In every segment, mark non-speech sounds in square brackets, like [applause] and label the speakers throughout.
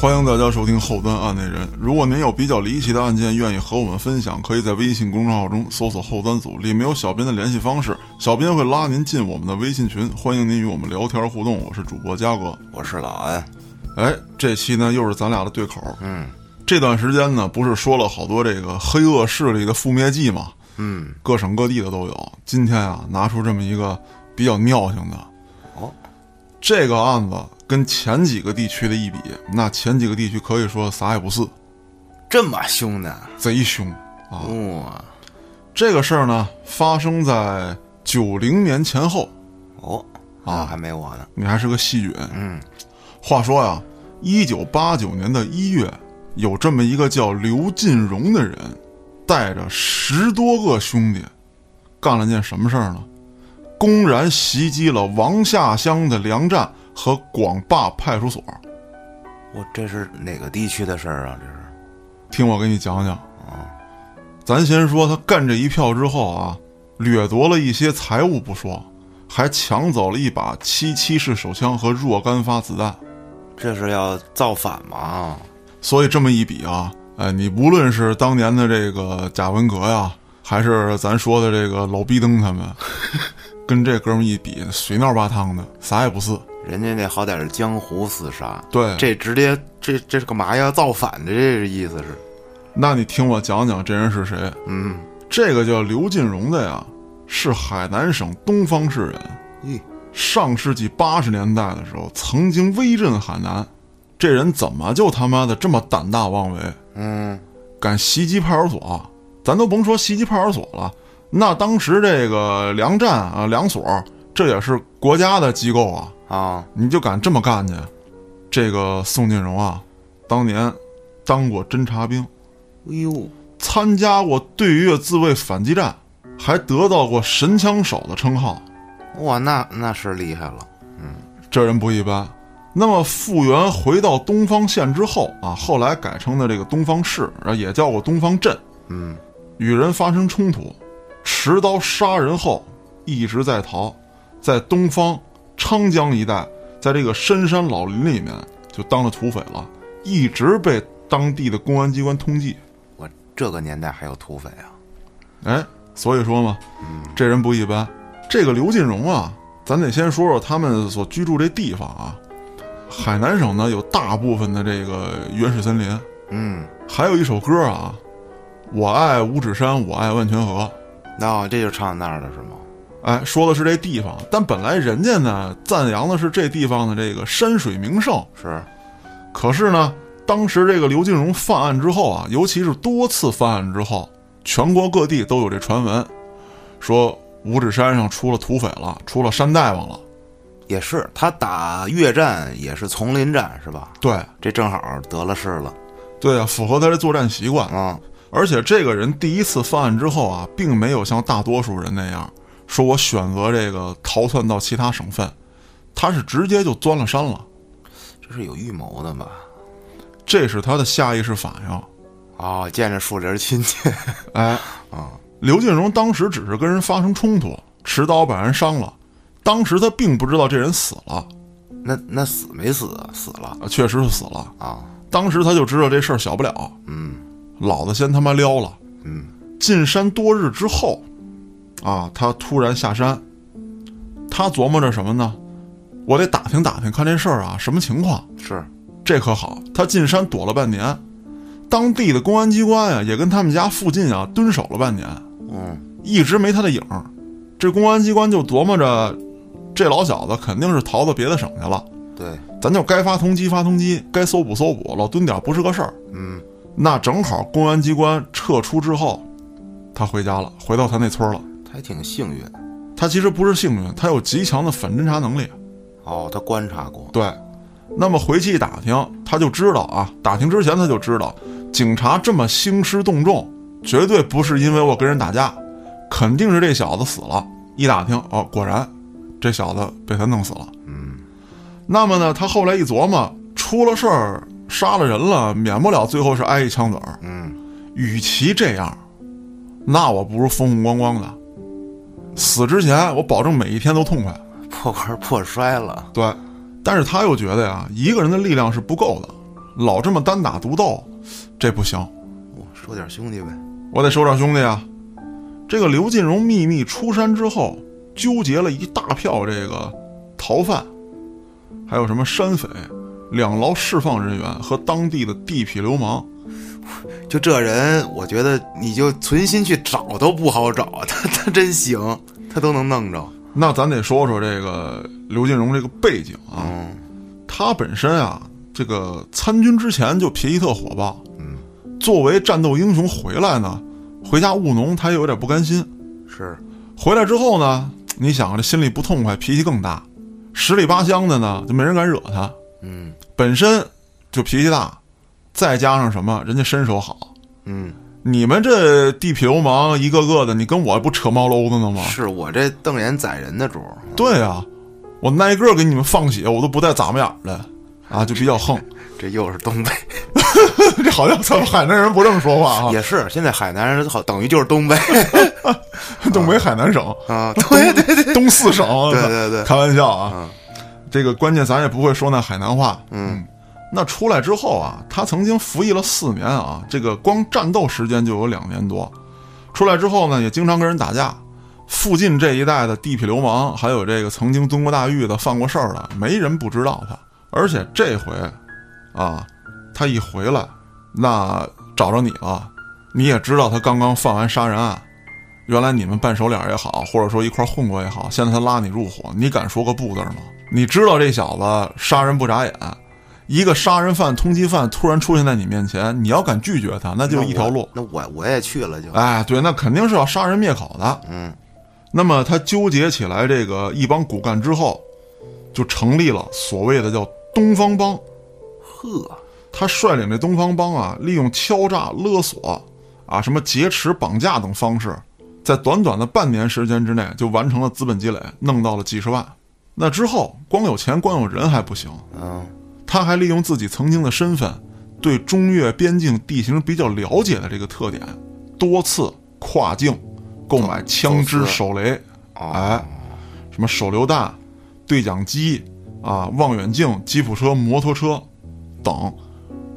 Speaker 1: 欢迎大家收听《后端案内人》。如果您有比较离奇的案件，愿意和我们分享，可以在微信公众号中搜索“后端组”，里面有小编的联系方式，小编会拉您进我们的微信群，欢迎您与我们聊天互动。我是主播嘉哥。
Speaker 2: 我是老安，
Speaker 1: 哎，这期呢又是咱俩的对口。嗯，这段时间呢，不是说了好多这个黑恶势力的覆灭记嘛？
Speaker 2: 嗯，
Speaker 1: 各省各地的都有。今天啊，拿出这么一个比较尿性的。
Speaker 2: 哦，
Speaker 1: 这个案子跟前几个地区的一比，那前几个地区可以说啥也不是，
Speaker 2: 这么凶呢？
Speaker 1: 贼凶。
Speaker 2: 哇、
Speaker 1: 这个事儿呢，发生在九零年前后，
Speaker 2: 哦，那还没我呢。
Speaker 1: 你还是个细菌。
Speaker 2: 嗯，
Speaker 1: 话说呀，一九八九年的一月，有这么一个叫刘进荣的人，带着十多个兄弟，干了件什么事儿呢？公然袭击了王下乡的粮站和广坝派出所。
Speaker 2: 我这是哪个地区的事儿啊？这是
Speaker 1: 听我给你讲讲啊。咱先说他干这一票之后啊，掠夺了一些财物不说，还抢走了一把七七式手枪和若干发子弹。
Speaker 2: 这是要造反吗？
Speaker 1: 所以这么一比啊，哎，你无论是当年的这个贾文革呀，还是咱说的这个老逼登他们，跟这哥们一比，水尿八汤的，啥也不是。
Speaker 2: 人家那好歹是江湖厮杀，
Speaker 1: 对
Speaker 2: 这直接这这是干嘛呀？造反的这个意思是？
Speaker 1: 那你听我讲讲这人是谁？
Speaker 2: 嗯，
Speaker 1: 这个叫刘进荣的呀，是海南省东方市人。
Speaker 2: 咦，
Speaker 1: 上世纪八十年代的时候，曾经威震海南。这人怎么就他妈的这么胆大妄为，
Speaker 2: 嗯，
Speaker 1: 敢袭击派出所？咱都甭说袭击派出所了，那当时这个粮站啊、粮所，这也是国家的机构啊，
Speaker 2: 啊，
Speaker 1: 你就敢这么干去？这个宋进荣啊，当年当过侦察兵，
Speaker 2: 哎呦，
Speaker 1: 参加过对越自卫反击战，还得到过神枪手的称号。
Speaker 2: 哇，那那是厉害了。
Speaker 1: 这人不一般。那么复员回到东方县之后啊，后来改称的这个东方市，啊也叫过东方镇，
Speaker 2: 嗯，
Speaker 1: 与人发生冲突，持刀杀人后一直在逃，在东方昌江一带，在这个深山老林里面就当了土匪了，一直被当地的公安机关通缉。
Speaker 2: 我这个年代还有土匪啊？
Speaker 1: 哎，所以说嘛，这人不一般。这个刘进荣啊，咱得先说说他们所居住这地方啊。海南省呢有大部分的这个原始森林，
Speaker 2: 嗯，
Speaker 1: 还有一首歌啊，《我爱五指山，我爱万泉河
Speaker 2: 那、哦这就唱那儿的是吗？》。
Speaker 1: 哎，说的是这地方，但本来人家呢赞扬的是这地方的这个山水名胜，
Speaker 2: 是，
Speaker 1: 可是呢，当时这个刘进荣犯案之后啊，尤其是多次犯案之后，全国各地都有这传闻，说五指山上出了土匪了，出了山大王了。
Speaker 2: 也是，他打越战也是丛林战是吧？
Speaker 1: 对，
Speaker 2: 这正好得了势了
Speaker 1: 对啊，符合他这作战习惯。
Speaker 2: 啊！
Speaker 1: 而且这个人第一次犯案之后啊，并没有像大多数人那样说我选择这个逃窜到其他省份，他是直接就钻了山了，
Speaker 2: 这是有预谋的吧？
Speaker 1: 这是他的下意识反应。
Speaker 2: 哦，见着树林亲戚， [laughs]
Speaker 1: 哎，
Speaker 2: 啊，
Speaker 1: 刘进荣当时只是跟人发生冲突，持刀把人伤了。当时他并不知道这人死了，
Speaker 2: 那那死没死？死了
Speaker 1: 啊确实是死了。
Speaker 2: 啊，
Speaker 1: 当时他就知道这事儿小不了，
Speaker 2: 嗯
Speaker 1: 老子先他妈撩了。
Speaker 2: 嗯，
Speaker 1: 进山多日之后，啊，他突然下山，他琢磨着什么呢？我得打听打听，看这事儿啊什么情况。
Speaker 2: 是，
Speaker 1: 这可好，他进山躲了半年，当地的公安机关啊呀、也跟他们家附近啊蹲守了半年。
Speaker 2: 嗯，
Speaker 1: 一直没他的影儿。这公安机关就琢磨着，这老小子肯定是逃到别的省去了，
Speaker 2: 对，
Speaker 1: 咱就该发通缉发通缉，该搜捕搜捕，老蹲点不是个事儿。
Speaker 2: 嗯，
Speaker 1: 那正好公安机关撤出之后，他回家了，回到他那村儿了。
Speaker 2: 他还挺幸运
Speaker 1: 他其实不是幸运，他有极强的反侦查能力。
Speaker 2: 哦，他观察过，
Speaker 1: 对，那么回去一打听，他就知道啊，打听之前他就知道，警察这么兴师动众，绝对不是因为我跟人打架，肯定是这小子死了。一打听，哦，果然，这小子被他弄死了。
Speaker 2: 嗯，
Speaker 1: 那么呢，他后来一琢磨，出了事儿，杀了人了，免不了最后是挨一枪子儿。
Speaker 2: 嗯，
Speaker 1: 与其这样，那我不如风风光光的，死之前我保证每一天都痛快。
Speaker 2: 破罐破摔了，
Speaker 1: 对，但是他又觉得呀，一个人的力量是不够的，老这么单打独斗，这不行，
Speaker 2: 我收点兄弟呗。
Speaker 1: 我得收点兄弟啊。这个刘进荣秘密出山之后，纠结了一大票这个逃犯，还有什么山匪、两劳释放人员和当地的地痞流氓。
Speaker 2: 就这人，我觉得你就存心去找都不好找，他 [laughs] 他真行，他都能弄着。
Speaker 1: 那咱得说说这个刘进荣这个背景啊，
Speaker 2: 嗯
Speaker 1: 他本身啊，这个参军之前就脾气特火爆，
Speaker 2: 嗯，
Speaker 1: 作为战斗英雄回来呢，回家务农，他也有点不甘心。
Speaker 2: 是，
Speaker 1: 回来之后呢，你想啊这心里不痛快，脾气更大，十里八乡的呢就没人敢惹他，
Speaker 2: 嗯
Speaker 1: 本身就脾气大，再加上什么人家身手好，
Speaker 2: 嗯，
Speaker 1: 你们这地痞流氓一个个的，你跟我不扯毛娄子呢吗？
Speaker 2: 是我这瞪眼宰人的主儿。
Speaker 1: 对啊，我挨个给你们放血，我都不带眨巴眼儿的啊，就比较横。
Speaker 2: 这又是东北，
Speaker 1: [laughs] 这好像咱们海南人不这么说话啊，
Speaker 2: 也是现在海南人好等于就是 [laughs] 东北
Speaker 1: [laughs] 东北海南省
Speaker 2: 啊，对对对，
Speaker 1: 东四省，
Speaker 2: 对对
Speaker 1: [laughs]
Speaker 2: 对嗯
Speaker 1: 开玩笑啊。这个关键咱也不会说那海南话，嗯。那出来之后啊，他曾经服役了四年啊，这个光战斗时间就有两年多。出来之后呢，也经常跟人打架。附近这一带的地痞流氓，还有这个曾经蹲过大狱的、犯过事儿的，没人不知道他。而且这回，啊，他一回来，那找着你了，你也知道他刚刚犯完杀人案，原来你们半熟脸也好，或者说一块混过也好，现在他拉你入伙，你敢说个不字儿吗？你知道这小子杀人不眨眼，一个杀人犯、通缉犯突然出现在你面前，你要敢拒绝他，那就是一条路。
Speaker 2: 那我那我我也去了就，
Speaker 1: 哎，对，那肯定是要杀人灭口的。
Speaker 2: 嗯，
Speaker 1: 那么他纠结起来这个一帮骨干之后，就成立了所谓的叫东方帮。
Speaker 2: 呵，
Speaker 1: 他率领这东方帮啊，利用敲诈、勒索啊、什么劫持、绑架等方式，在短短的半年时间之内就完成了资本积累，弄到了几十万。那之后，光有钱、光有人还不行，
Speaker 2: 嗯，
Speaker 1: 他还利用自己曾经的身份，对中越边境地形比较了解的这个特点，多次跨境购买枪支、
Speaker 2: 走私
Speaker 1: 手雷，
Speaker 2: 哦
Speaker 1: 哎，什么手榴弹、对讲机啊、望远镜、吉普车、摩托车等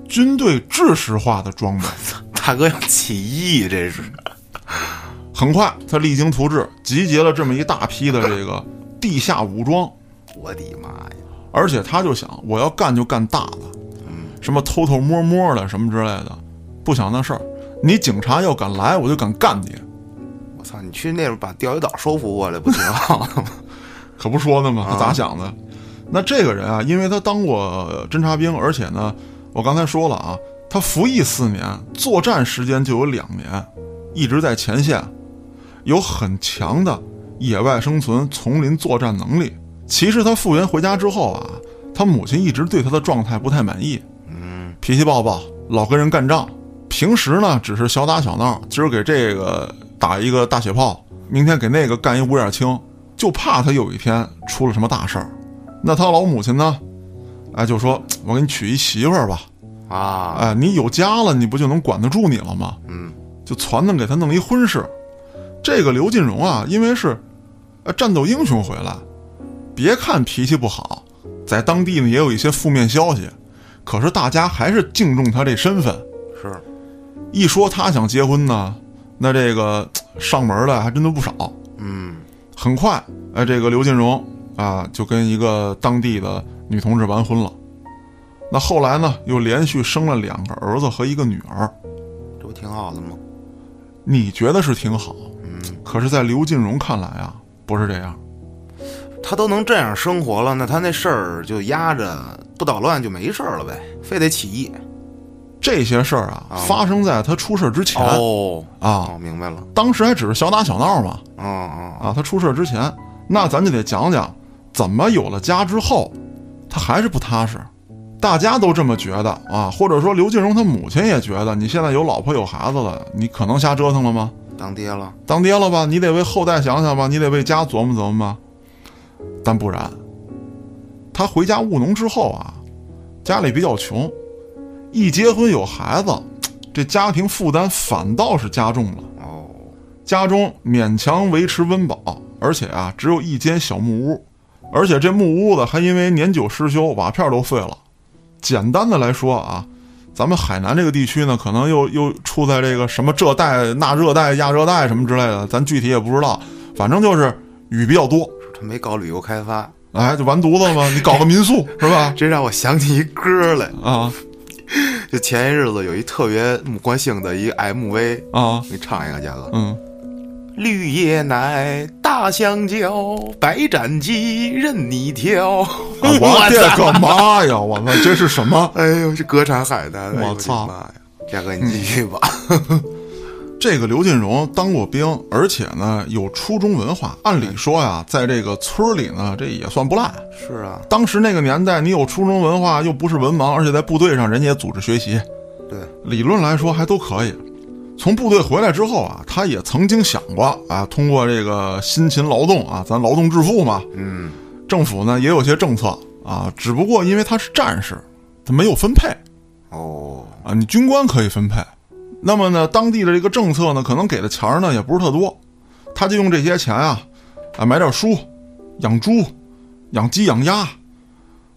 Speaker 1: 军队制式化的装备。
Speaker 2: 大哥要起义这是， [laughs]
Speaker 1: 很快，他励精图治，集结了这么一大批的这个地下武装，
Speaker 2: 我的妈呀，
Speaker 1: 而且他就想，我要干就干大的，什么偷偷摸摸的什么之类的，不想那事儿。你警察要敢来，我就敢干你，
Speaker 2: 我操，你去那边把钓鱼岛收复过来不挺
Speaker 1: [laughs]
Speaker 2: 好的吗？
Speaker 1: 可不说的嘛，他咋想的？那这个人啊，因为他当过呃侦察兵，而且呢，我刚才说了啊，他服役四年，作战时间就有两年，一直在前线，有很强的野外生存、丛林作战能力。其实他复员回家之后啊，他母亲一直对他的状态不太满意，
Speaker 2: 嗯，
Speaker 1: 脾气暴暴，老跟人干仗。平时呢，只是小打小闹，今儿给这个打一个大血炮，明天给那个干一五眼青，就怕他有一天出了什么大事儿。那他老母亲呢？哎，就说我给你娶一媳妇儿吧。
Speaker 2: 啊，
Speaker 1: 哎，你有家了，你不就能管得住你了吗？
Speaker 2: 嗯，
Speaker 1: 就攒弄给他弄一婚事。这个刘进荣啊，因为是呃战斗英雄回来，别看脾气不好，在当地呢也有一些负面消息，可是大家还是敬重他这身份。
Speaker 2: 是，
Speaker 1: 一说他想结婚呢，那这个嘖上门的还真的不少。
Speaker 2: 嗯，
Speaker 1: 很快，哎，这个刘金荣啊，就跟一个当地的女同志完婚了。那后来呢，又连续生了两个儿子和一个女儿。
Speaker 2: 这不挺好的吗？
Speaker 1: 你觉得是挺好，
Speaker 2: 嗯，
Speaker 1: 可是，在刘金荣看来啊，不是这样。
Speaker 2: 他都能这样生活了，那他那事儿就压着不捣乱就没事儿了呗，非得起义。
Speaker 1: 这些事儿啊，
Speaker 2: 啊
Speaker 1: 发生在他出事之前、
Speaker 2: 哦
Speaker 1: 啊，
Speaker 2: 哦，明白了。
Speaker 1: 当时还只是小打小闹嘛
Speaker 2: 哦哦，
Speaker 1: 啊。他出事之前，那咱就得讲讲怎么有了家之后，他还是不踏实。大家都这么觉得啊，或者说刘金荣他母亲也觉得，你现在有老婆有孩子了，你可能瞎折腾了吗？
Speaker 2: 当爹了。
Speaker 1: 当爹了吧，你得为后代想想吧，你得为家琢磨琢磨吧。但不然，他回家务农之后啊，家里比较穷，一结婚有孩子，这家庭负担反倒是加重了。
Speaker 2: 哦，
Speaker 1: 家中勉强维持温饱，而且啊，只有一间小木屋，而且这木屋子还因为年久失修，瓦片都碎了，简单的来说啊，咱们海南这个地区呢，可能又又处在这个什么这带、那热带、亚热带什么之类的，咱具体也不知道，反正就是雨比较多。
Speaker 2: 他没搞旅游开发，
Speaker 1: 哎，就完犊子了嘛！你搞个民宿是吧？
Speaker 2: 这让我想起一歌来。
Speaker 1: 啊
Speaker 2: 就前些日子有一特别目光性的一 MV，
Speaker 1: 啊，
Speaker 2: 给你唱一个，嘉哥。
Speaker 1: 嗯，
Speaker 2: 绿叶乃大香蕉，白斩鸡任你挑。 [laughs]
Speaker 1: 啊我的个妈呀！啊我操，这是什么？
Speaker 2: 哎呦，这歌唱海南，哎呦
Speaker 1: 我操
Speaker 2: 的妈呀！嘉哥，你继续吧。
Speaker 1: 这个刘进荣当过兵，而且呢有初中文化。按理说呀，在这个村儿里呢，这也算不赖。
Speaker 2: 是啊，
Speaker 1: 当时那个年代，你有初中文化，又不是文盲，而且在部队上人家也组织学习，
Speaker 2: 对，
Speaker 1: 理论来说还都可以。从部队回来之后啊，他也曾经想过啊，通过这个辛勤劳动啊，咱劳动致富嘛。
Speaker 2: 嗯，
Speaker 1: 政府呢也有些政策啊，只不过因为他是战士，他没有分配
Speaker 2: 哦，
Speaker 1: 啊，你军官可以分配。那么呢，当地的这个政策呢，可能给的钱儿呢也不是特多，他就用这些钱啊，啊买点书，养猪，养鸡养鸭，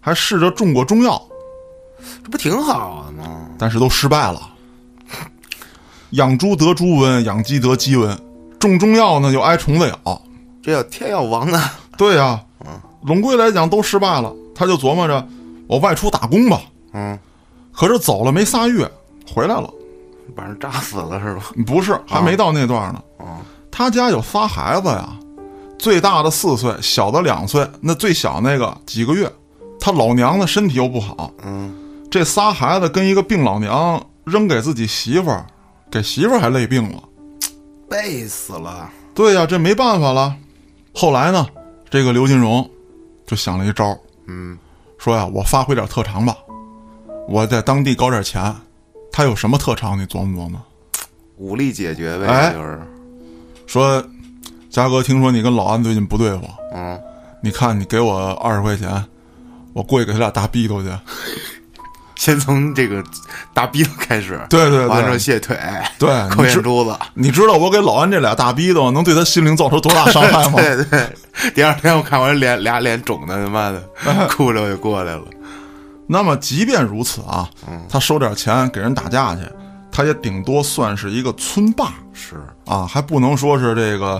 Speaker 1: 还试着种过中药，
Speaker 2: 这不挺好的吗？
Speaker 1: 但是都失败了。养猪得猪瘟，养鸡得鸡瘟，种中药呢又挨虫子咬。
Speaker 2: 这叫天药王啊！
Speaker 1: 对呀、总归来讲都失败了。他就琢磨着，我外出打工吧。
Speaker 2: 嗯，
Speaker 1: 可是走了没仨月，回来了，
Speaker 2: [laughs] 把人扎死了是吧？
Speaker 1: 不是还没到那段呢。
Speaker 2: 啊，
Speaker 1: 他家有仨孩子呀，最大的四岁，小的两岁，那最小那个几个月。他老娘呢身体又不好，
Speaker 2: 嗯，
Speaker 1: 这仨孩子跟一个病老娘扔给自己媳妇儿，给媳妇儿还累病了。
Speaker 2: 背死了。
Speaker 1: 对呀、这没办法了。后来呢，这个刘金荣就想了一招，
Speaker 2: 嗯，
Speaker 1: 说呀，我发挥点特长吧，我在当地搞点钱。他有什么特长？你琢磨琢磨。
Speaker 2: 武力解决
Speaker 1: 哎
Speaker 2: 呗，就是，
Speaker 1: 说，嘉哥，听说你跟老安最近不对付，
Speaker 2: 嗯，
Speaker 1: 你看你给我二十块钱，我过去给他俩大逼斗去。
Speaker 2: 先从这个大逼斗开始，
Speaker 1: 对对
Speaker 2: 完之后
Speaker 1: 对，
Speaker 2: 卸腿，
Speaker 1: 对，
Speaker 2: 扣
Speaker 1: 你
Speaker 2: 眼
Speaker 1: 知
Speaker 2: 珠子。
Speaker 1: 你知道我给老安这俩大逼斗能对他心灵造成多大伤害吗？
Speaker 2: [laughs] 对对，第二天我看我这脸俩脸肿的，他妈 [laughs] 的，哭着我就过来了。
Speaker 1: [laughs] 那么即便如此啊，他收点钱给人打架去，他也顶多算是一个村霸。
Speaker 2: 是
Speaker 1: 啊，还不能说是这个，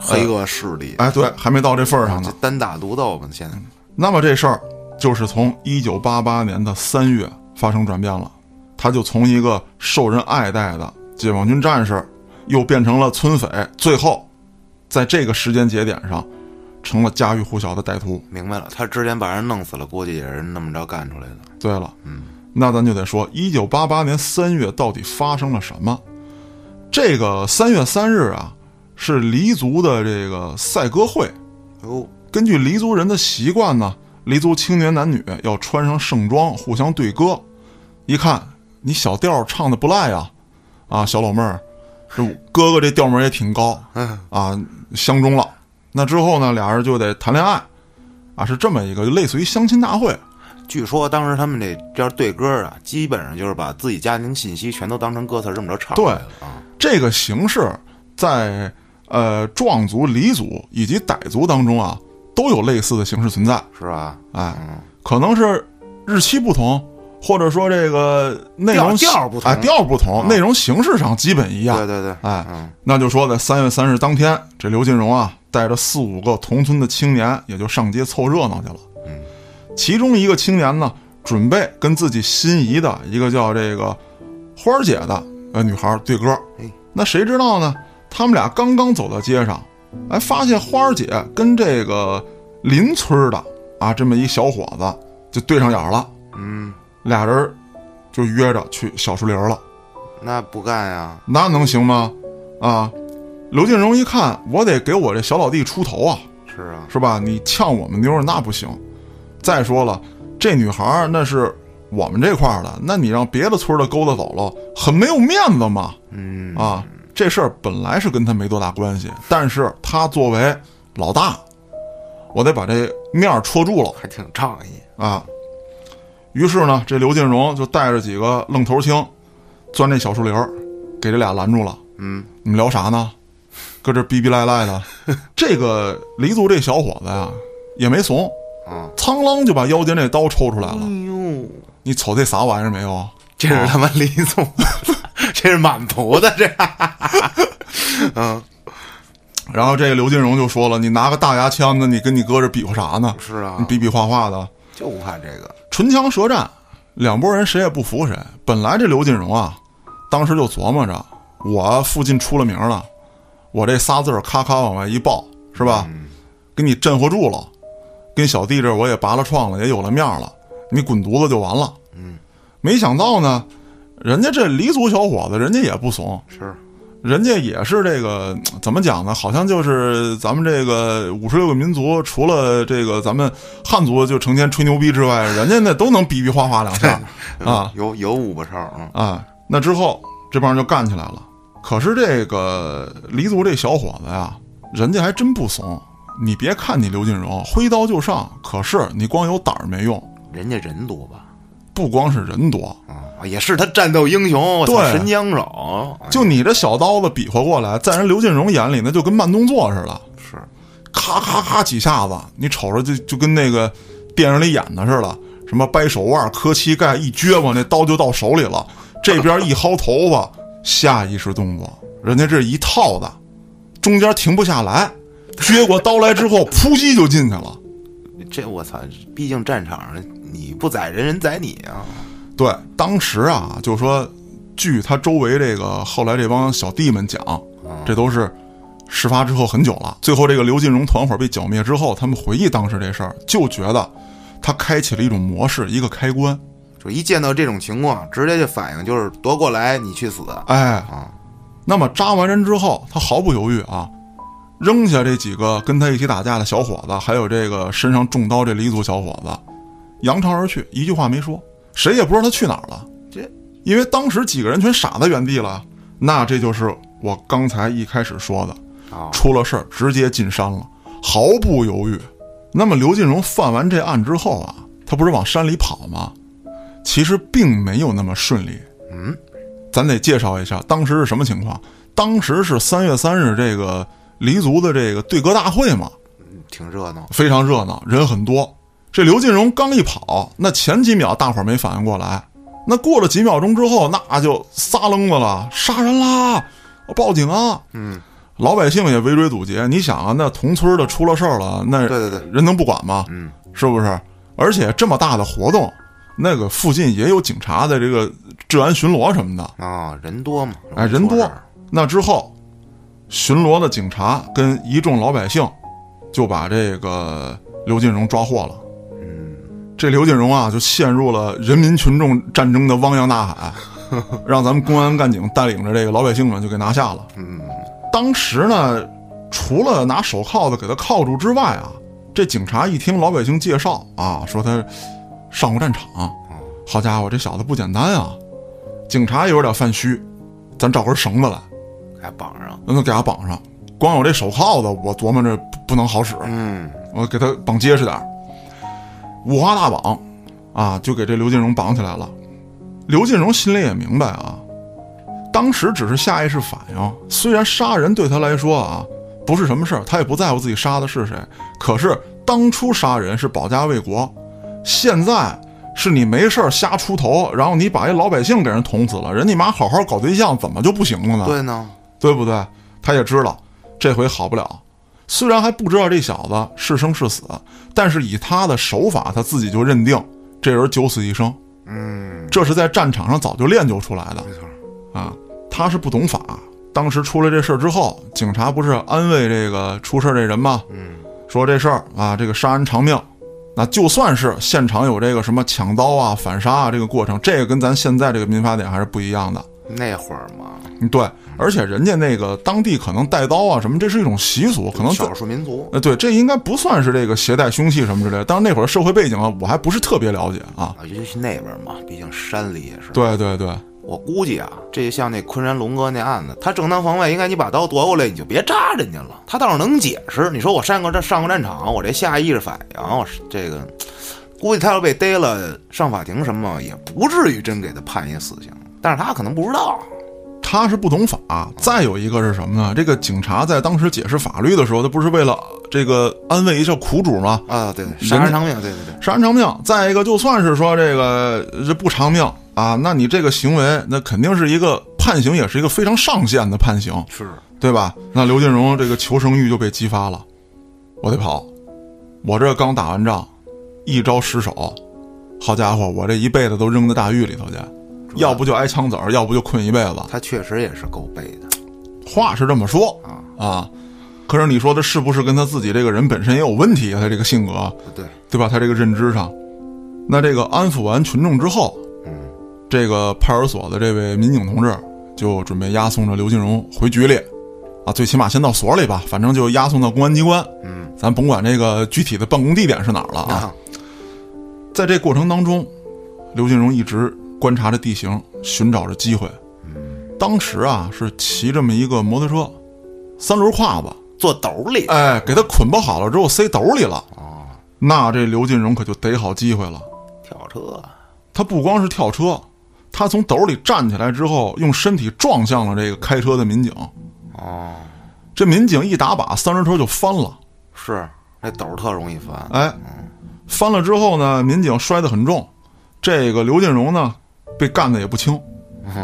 Speaker 2: 黑恶势力，
Speaker 1: 哎，对，还没到这份儿上
Speaker 2: 这
Speaker 1: 呢。
Speaker 2: 单打独斗嘛，现在
Speaker 1: 那么这事儿就是从一九八八年的三月发生转变了，他就从一个受人爱戴的解放军战士，又变成了村匪，最后在这个时间节点上，成了家喻户晓的歹徒。
Speaker 2: 明白了。他之前把人弄死了，估计也是那么着干出来的。
Speaker 1: 对了，嗯，那咱就得说，一九八八年三月到底发生了什么？这个三月三日啊，是黎族的这个赛鸽会，
Speaker 2: 哟，
Speaker 1: 根据黎族人的习惯呢，黎族青年男女要穿上盛装，互相对歌。一看你小调唱的不赖呀，啊，小老妹儿，这哥哥这调门也挺高
Speaker 2: 嗯，
Speaker 1: 啊，相中了。那之后呢，俩人就得谈恋爱，啊，是这么一个类似于相亲大会。
Speaker 2: [laughs] 据说当时他们这这要对歌啊，基本上就是把自己家庭信息全都当成歌词儿这么着唱。
Speaker 1: 对
Speaker 2: 啊，
Speaker 1: 这个形式在呃壮族、黎族以及傣族当中啊，都有类似的形式存在。
Speaker 2: 是吧？
Speaker 1: 哎，
Speaker 2: 嗯，
Speaker 1: 可能是日期不同，或者说这个内容
Speaker 2: 调调不同啊
Speaker 1: 哎，调不同，内容形式上基本一样。
Speaker 2: 对对对，
Speaker 1: 哎，
Speaker 2: 嗯，
Speaker 1: 那就说在三月三日当天，这刘金荣啊，带着四五个同村的青年，也就上街凑热闹去了。
Speaker 2: 嗯，
Speaker 1: 其中一个青年呢，准备跟自己心仪的一个叫这个花儿姐的呃女孩对歌
Speaker 2: 哎。
Speaker 1: 那谁知道呢？他们俩刚刚走到街上，哎，发现花儿姐跟这个邻村儿的啊这么一小伙子就对上眼儿了，
Speaker 2: 嗯，
Speaker 1: 俩人就约着去小树林儿了。
Speaker 2: 那不干呀，
Speaker 1: 那能行吗？啊，刘进荣一看，我得给我这小老弟出头啊，
Speaker 2: 是啊，
Speaker 1: 是吧？你呛我们妞儿那不行。再说了，这女孩儿那是我们这块儿的，那你让别的村儿的勾搭走了，很没有面子嘛。
Speaker 2: 嗯，
Speaker 1: 啊，这事儿本来是跟他没多大关系，但是他作为老大，我得把这面儿戳住了。
Speaker 2: 还挺仗义。
Speaker 1: 啊。于是呢，这刘进荣就带着几个愣头青，钻这小树林儿，给这俩拦住了。
Speaker 2: 嗯，
Speaker 1: 你们聊啥呢？搁这逼逼赖赖的。这个黎族这小伙子呀，也没怂，
Speaker 2: 嗯，
Speaker 1: 苍啷就把腰间这刀抽出来
Speaker 2: 哎
Speaker 1: 了。
Speaker 2: 呦，
Speaker 1: 你瞅这啥玩意儿没有啊？
Speaker 2: 这是他妈李总， [laughs] 这是满头的这， [laughs] 嗯，
Speaker 1: 然后这个刘金荣就说了：“你拿个大牙签子，你跟你哥这比划啥呢？
Speaker 2: 是啊
Speaker 1: 你比比划划的，
Speaker 2: 就不怕这个，
Speaker 1: 唇枪舌战，两拨人谁也不服谁。本来这刘金荣啊，当时就琢磨着，我附近出了名了，我这仨字儿咔咔往外一爆，是吧？给你震活住了，跟小弟这我也拔了创了，也有了面儿了，你滚犊子就完了。嗯，没想到呢，人家这黎族小伙子，人家也不怂，
Speaker 2: 是
Speaker 1: 人家也是这个怎么讲呢？好像就是咱们这个五十六个民族，除了这个咱们汉族就成天吹牛逼之外，人家那都能比比划划两下啊，
Speaker 2: 有有五把哨啊，
Speaker 1: 啊。那之后这帮人就干起来了。可是这个黎族这小伙子呀，人家还真不怂。你别看你刘金荣挥刀就上，可是你光有胆儿没用，
Speaker 2: 人家人多吧？
Speaker 1: 不光是人多，
Speaker 2: 啊，也是他战斗英雄，我操，
Speaker 1: 对
Speaker 2: 神枪手，哎
Speaker 1: 就你这小刀子比划过来，在人刘金荣眼里那就跟慢动作似的。
Speaker 2: 是
Speaker 1: 咔咔咔几下子，你瞅着就就跟那个电影里演的似的，什么掰手腕、磕膝盖，一撅巴，那刀就到手里了。这边一薅头发，下意识动作，人家这一套的，中间停不下来，撅过刀来之后，扑叽就进去了。
Speaker 2: 这我操，毕竟战场上你不宰人，人宰你啊，
Speaker 1: 对，当时啊，就说，据他周围这个后来这帮小弟们讲，这都是事发之后很久了。最后这个刘进荣团伙被剿灭之后，他们回忆当时这事儿，就觉得他开启了一种模式，一个开关。
Speaker 2: 就一见到这种情况，直接就反应就是夺过来你去死，
Speaker 1: 哎
Speaker 2: 啊，
Speaker 1: 那么扎完人之后，他毫不犹豫啊，扔下这几个跟他一起打架的小伙子，还有这个身上中刀这黎族小伙子，扬长而去，一句话没说，谁也不知道他去哪儿了。
Speaker 2: 这
Speaker 1: 因为当时几个人全傻在原地了。那这就是我刚才一开始说的，
Speaker 2: 啊
Speaker 1: 出了事儿直接进山了，毫不犹豫。那么刘进荣犯完这案之后啊，他不是往山里跑吗？其实并没有那么顺利。嗯，咱得介绍一下当时是什么情况。当时是三月三日这个黎族的这个对歌大会嘛，
Speaker 2: 挺热闹，
Speaker 1: 非常热闹，人很多。这刘进荣刚一跑，那前几秒大伙儿没反应过来，那过了几秒钟之后，那就撒楞子了，杀人啦，报警啊！
Speaker 2: 嗯，
Speaker 1: 老百姓也围追堵截。你想啊，那同村的出了事儿了，那
Speaker 2: 对对对
Speaker 1: 人能不管吗？
Speaker 2: 嗯，
Speaker 1: 是不是？而且这么大的活动，那个附近也有警察的这个治安巡逻什么的，
Speaker 2: 啊，人多嘛，
Speaker 1: 哎，人
Speaker 2: 说这
Speaker 1: 多
Speaker 2: 儿。
Speaker 1: 那之后，巡逻的警察跟一众老百姓就把这个刘进荣抓获了。嗯，这刘进荣啊，就陷入了人民群众战争的汪洋大海，让咱们公安干警带领着这个老百姓们就给拿下了。
Speaker 2: 嗯，
Speaker 1: 当时呢，除了拿手铐子给他铐住之外啊，这警察一听老百姓介绍啊，说他上过战场，好家伙，这小子不简单啊！警察也有点犯虚，咱找根绳子来，
Speaker 2: 还绑上，
Speaker 1: 让他给他绑上。光有这手铐子，我琢磨着不不能好使，
Speaker 2: 嗯，
Speaker 1: 我给他绑结实点儿。五花大绑，啊，就给这刘金荣绑起来了。刘金荣心里也明白啊，当时只是下意识反应，虽然杀人对他来说啊不是什么事儿，他也不在乎自己杀的是谁。可是当初杀人是保家卫国，现在是你没事儿瞎出头，然后你把一老百姓给人捅死了，人你妈好好搞对象怎么就不行了呢？
Speaker 2: 对呢，
Speaker 1: 对不对？他也知道这回好不了，虽然还不知道这小子是生是死，但是以他的手法，他自己就认定这人九死一生。
Speaker 2: 嗯，
Speaker 1: 这是在战场上早就练就出来的
Speaker 2: 没错，
Speaker 1: 啊！他是不懂法。当时出了这事儿之后，警察不是安慰这个出事儿这人吗？
Speaker 2: 嗯，
Speaker 1: 说这事儿啊，这个杀人偿命，那就算是现场有这个什么抢刀啊、反杀啊这个过程，这个跟咱现在这个民法典还是不一样的。
Speaker 2: 那会儿嘛，
Speaker 1: 嗯对，而且人家那个当地可能带刀啊什么，这是一种习俗，可能在
Speaker 2: 少数民族，
Speaker 1: 呃对，这应该不算是这个携带凶器什么之类的。当然那会儿社会背景啊，我还不是特别了解啊。
Speaker 2: 啊，尤其是那边儿嘛，毕竟山里也是。
Speaker 1: 对对对，
Speaker 2: 我估计啊，这就像那昆山龙哥那案子，他正当防卫，应该你把刀夺过来，你就别扎人家了。他倒是能解释，你说我上过战上过战场，我这下意识反应，我是这个，估计他要被逮了上法庭什么，也不至于真给他判一死刑。但是他可能不知道，啊
Speaker 1: 他是不懂法。再有一个是什么呢？这个警察在当时解释法律的时候，他不是为了这个安慰一下苦主嘛，
Speaker 2: 啊，对，杀人偿命，对对对，
Speaker 1: 杀人偿命。再一个，就算是说这个这不偿命啊，那你这个行为，那肯定是一个判刑，也是一个非常上限的判刑，
Speaker 2: 是
Speaker 1: 对吧？那刘金荣这个求生欲就被激发了，我得跑，我这刚打完仗，一招失手，好家伙，我这一辈子都扔在大狱里头去，要不就挨枪子儿，要不就困一辈子。
Speaker 2: 他确实也是够背的
Speaker 1: 话是这么说
Speaker 2: 啊，
Speaker 1: 啊，可是你说他是不是跟他自己这个人本身也有问题啊？他这个性格，
Speaker 2: 对，
Speaker 1: 对吧？他这个认知上，那这个安抚完群众之后，
Speaker 2: 嗯，
Speaker 1: 这个派出所的这位民警同志就准备押送着刘金荣回局里，啊，最起码先到所里吧，反正就押送到公安机关。
Speaker 2: 嗯
Speaker 1: 咱甭管这个具体的办公地点是哪儿了啊，
Speaker 2: 啊，嗯
Speaker 1: 在这过程当中，刘金荣一直观察着地形，寻找着机会。
Speaker 2: 嗯
Speaker 1: 当时啊，是骑这么一个摩托车，三轮胯子，
Speaker 2: [laughs] 坐兜里
Speaker 1: 哎，给他捆包好了之后塞兜里了。
Speaker 2: 啊，
Speaker 1: 那这刘金荣可就逮好机会了。
Speaker 2: 跳车，啊
Speaker 1: 他不光是跳车，他从斗里站起来之后，用身体撞向了这个开车的民警。
Speaker 2: 哦，
Speaker 1: 这民警一打把，三轮车就翻了。
Speaker 2: 是那斗特容易翻，
Speaker 1: 哎，翻了之后呢，民警摔得很重，这个刘进荣呢被干的也不轻。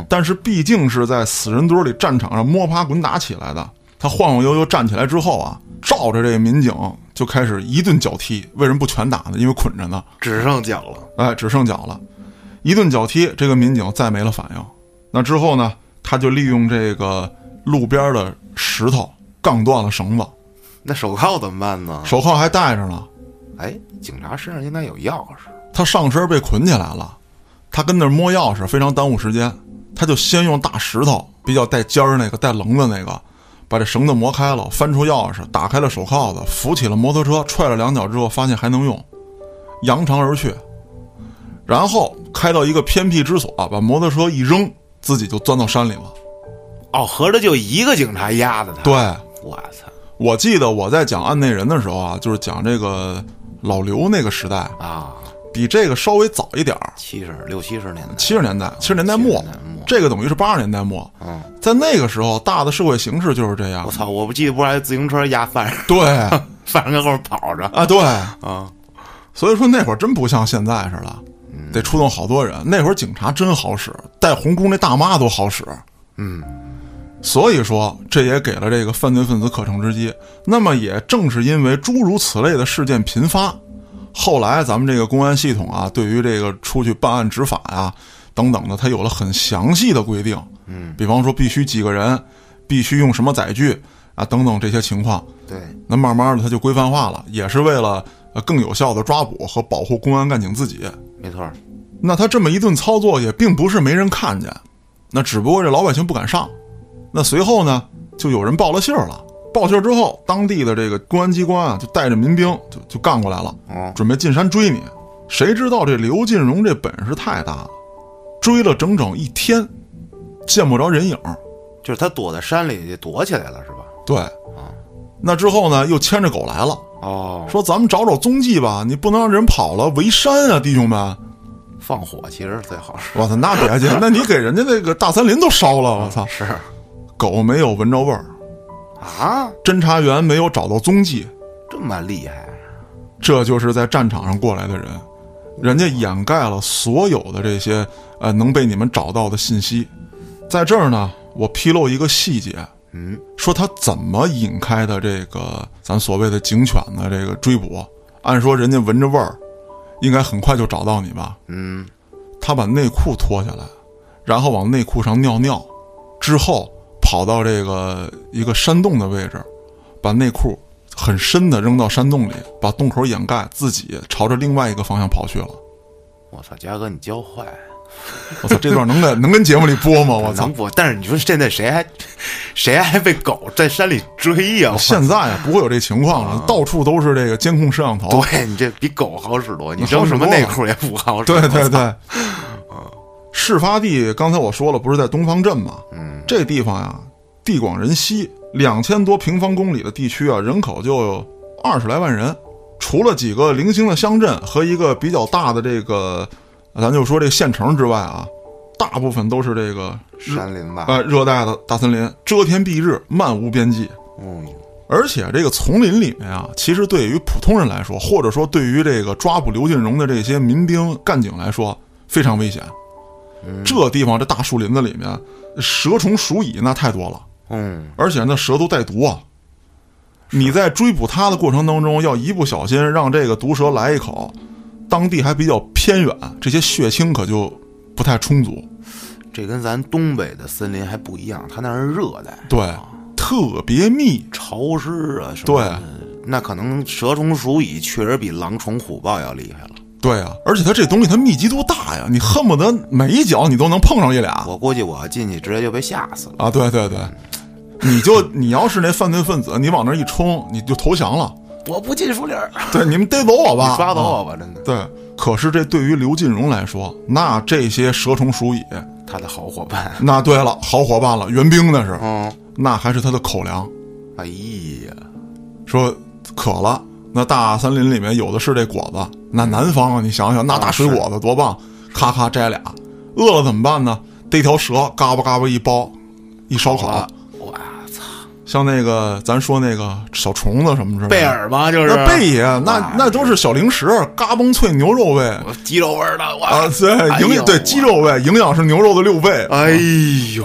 Speaker 1: 但是毕竟是在死人堆里战场上摸爬滚打起来的，他晃晃悠悠站起来之后啊，照着这民警就开始一顿脚踢。为什么不拳打呢？因为捆着呢。
Speaker 2: 只剩脚了，
Speaker 1: 哎，只剩脚了，一顿脚踢，这个民警再没了反应。那之后呢，他就利用这个路边的石头杠断了绳子，
Speaker 2: 那手铐怎么办呢？
Speaker 1: 手铐还戴着呢。
Speaker 2: 哎，警察身上应该有钥匙，
Speaker 1: 他上身被捆起来了，他跟那儿摸钥匙，非常耽误时间。他就先用大石头，比较带尖儿那个带棱的那个，把这绳子磨开了，翻出钥匙，打开了手铐子，扶起了摩托车，踹了两脚之后，发现还能用，扬长而去。然后开到一个偏僻之所，把摩托车一扔，自己就钻到山里了。
Speaker 2: 哦，合着就一个警察压的他，，
Speaker 1: 对，
Speaker 2: 我操
Speaker 1: 我记得我在讲案内人的时候啊，就是讲这个老刘那个时代，
Speaker 2: 啊，
Speaker 1: 比这个稍微早一点儿，
Speaker 2: 七十六七十年代，
Speaker 1: 七十年代，七十年代末
Speaker 2: 70年代末，
Speaker 1: 这个等于是八十年代末。
Speaker 2: 嗯，
Speaker 1: 在那个时候，大的社会形势就是这样
Speaker 2: 我。操，我不记得不还自行车压犯人， [laughs]
Speaker 1: 对啊
Speaker 2: 犯人跟后面跑着
Speaker 1: 啊，对，
Speaker 2: 啊，
Speaker 1: 所以说那会儿真不像现在似的，得出动好多人。那会儿警察真好使，带红箍那大妈都好使。
Speaker 2: 嗯，
Speaker 1: 所以说这也给了这个犯罪分子可乘之机。那么也正是因为诸如此类的事件频发，后来咱们这个公安系统啊，对于这个出去办案执法呀、等等的，它有了很详细的规定。嗯，比方说必须几个人，必须用什么载具啊，等等这些情况。
Speaker 2: 对，
Speaker 1: 那慢慢的它就规范化了，也是为了呃更有效的抓捕和保护公安干警自己。
Speaker 2: 没错儿，
Speaker 1: 那他这么一顿操作也并不是没人看见，那只不过这老百姓不敢上。那随后呢，就有人报了信儿了。报信儿之后，当地的这个公安机关啊，就带着民兵就就干过来了，
Speaker 2: 哦，
Speaker 1: 准备进山追你。谁知道这刘进荣这本事太大了，追了整整一天，见不着人影儿。
Speaker 2: 就是他躲在山里躲起来了是吧？
Speaker 1: 对，那之后呢，又牵着狗来了，
Speaker 2: 哦，
Speaker 1: 说咱们找找踪迹吧，你不能让人跑了，围山啊，弟兄们！
Speaker 2: 放火其实是最好使，
Speaker 1: 我操，那别介，那你给人家那个大森林都烧了，我操！
Speaker 2: 是
Speaker 1: 狗没有闻着味儿，
Speaker 2: 啊，
Speaker 1: 侦查员没有找到踪迹，
Speaker 2: 这么厉害，啊
Speaker 1: 这就是在战场上过来的人，人家掩盖了所有的这些呃能被你们找到的信息。在这儿呢，我披露一个细节，
Speaker 2: 嗯，
Speaker 1: 说他怎么引开的这个咱所谓的警犬的这个追捕。按说人家闻着味儿，应该很快就找到你吧？
Speaker 2: 嗯，
Speaker 1: 他把内裤脱下来，然后往内裤上尿尿，之后跑到这个一个山洞的位置，把内裤很深的扔到山洞里，把洞口掩盖，自己朝着另外一个方向跑去了。
Speaker 2: 我操，嘉哥你教坏了。
Speaker 1: 我操，这段能在能跟节目里播吗？我操
Speaker 2: 能！不？但是你说现在谁还谁还被狗在山里追呀、
Speaker 1: 现在啊，不会有这情况了，到处都是这个监控摄像头。啊
Speaker 2: 对你这比狗好使多，你扔什
Speaker 1: 好
Speaker 2: 么
Speaker 1: 使多
Speaker 2: 内
Speaker 1: 了
Speaker 2: 裤也不好使。
Speaker 1: [laughs] 对对对，啊事发地刚才我说了，不是在东方镇吗？
Speaker 2: 嗯，
Speaker 1: 这地方呀，地广人稀，两千多平方公里的地区啊，人口就有二十来万人，除了几个零星的乡镇和一个比较大的这个，呃咱就说这个县城之外啊，大部分都是这个
Speaker 2: [laughs] 山林吧，
Speaker 1: 呃热带的大森林，遮天蔽日，漫无边际。
Speaker 2: 嗯，
Speaker 1: 而且这个丛林里面啊，其实对于普通人来说，或者说对于这个抓捕刘进荣的这些民兵干警来说，非常危险。这地方这大树林子里面，蛇虫鼠蚁那太多了，
Speaker 2: 嗯，
Speaker 1: 而且那蛇都带毒啊。你在追捕它的过程当中，要一不小心让这个毒蛇来一口，当地还比较偏远，这些血清可就不太充足。
Speaker 2: 这跟咱东北的森林还不一样，它那是热带，
Speaker 1: 对，特别密。
Speaker 2: 潮湿啊什么
Speaker 1: 对
Speaker 2: 的。那可能蛇虫鼠蚁确实比狼虫虎豹要厉害了。
Speaker 1: 对啊，而且它这东西它密集度大呀，你恨不得每一脚你都能碰上一俩
Speaker 2: 我估计我要进去直接就被吓死了。
Speaker 1: 啊！对对对，你就你要是那犯罪分子，你往那儿一冲，你就投降了。
Speaker 2: 我不进树林儿，
Speaker 1: 对，你们逮走我吧，
Speaker 2: 你抓走
Speaker 1: 啊
Speaker 2: 我吧，真的。
Speaker 1: 对，可是这对于刘进荣来说，那这些蛇虫鼠蚁，
Speaker 2: 他的好伙伴，
Speaker 1: 那对了，好伙伴了，援兵那是，
Speaker 2: 嗯，
Speaker 1: 那还是他的口粮。
Speaker 2: [laughs] 哎呀，
Speaker 1: 说渴了，那大森林里面有的是这果子，那南方啊，你想想那大水果子多棒，咔咔摘俩。饿了怎么办呢？逮条蛇，嘎巴嘎巴一包，一烧
Speaker 2: 啊
Speaker 1: 烤，
Speaker 2: 我操，
Speaker 1: 像那个咱说那个小虫子什么之类的。
Speaker 2: 贝尔吗？就是
Speaker 1: 那呃贝爷，那
Speaker 2: 哇
Speaker 1: 那都是小零食，嘎嘣脆牛肉味。
Speaker 2: 我鸡肉味儿的，我
Speaker 1: 啊，对，
Speaker 2: 哎
Speaker 1: 营、
Speaker 2: 呦
Speaker 1: 对鸡，肉味，营养是牛肉的六倍。
Speaker 2: 哎呦，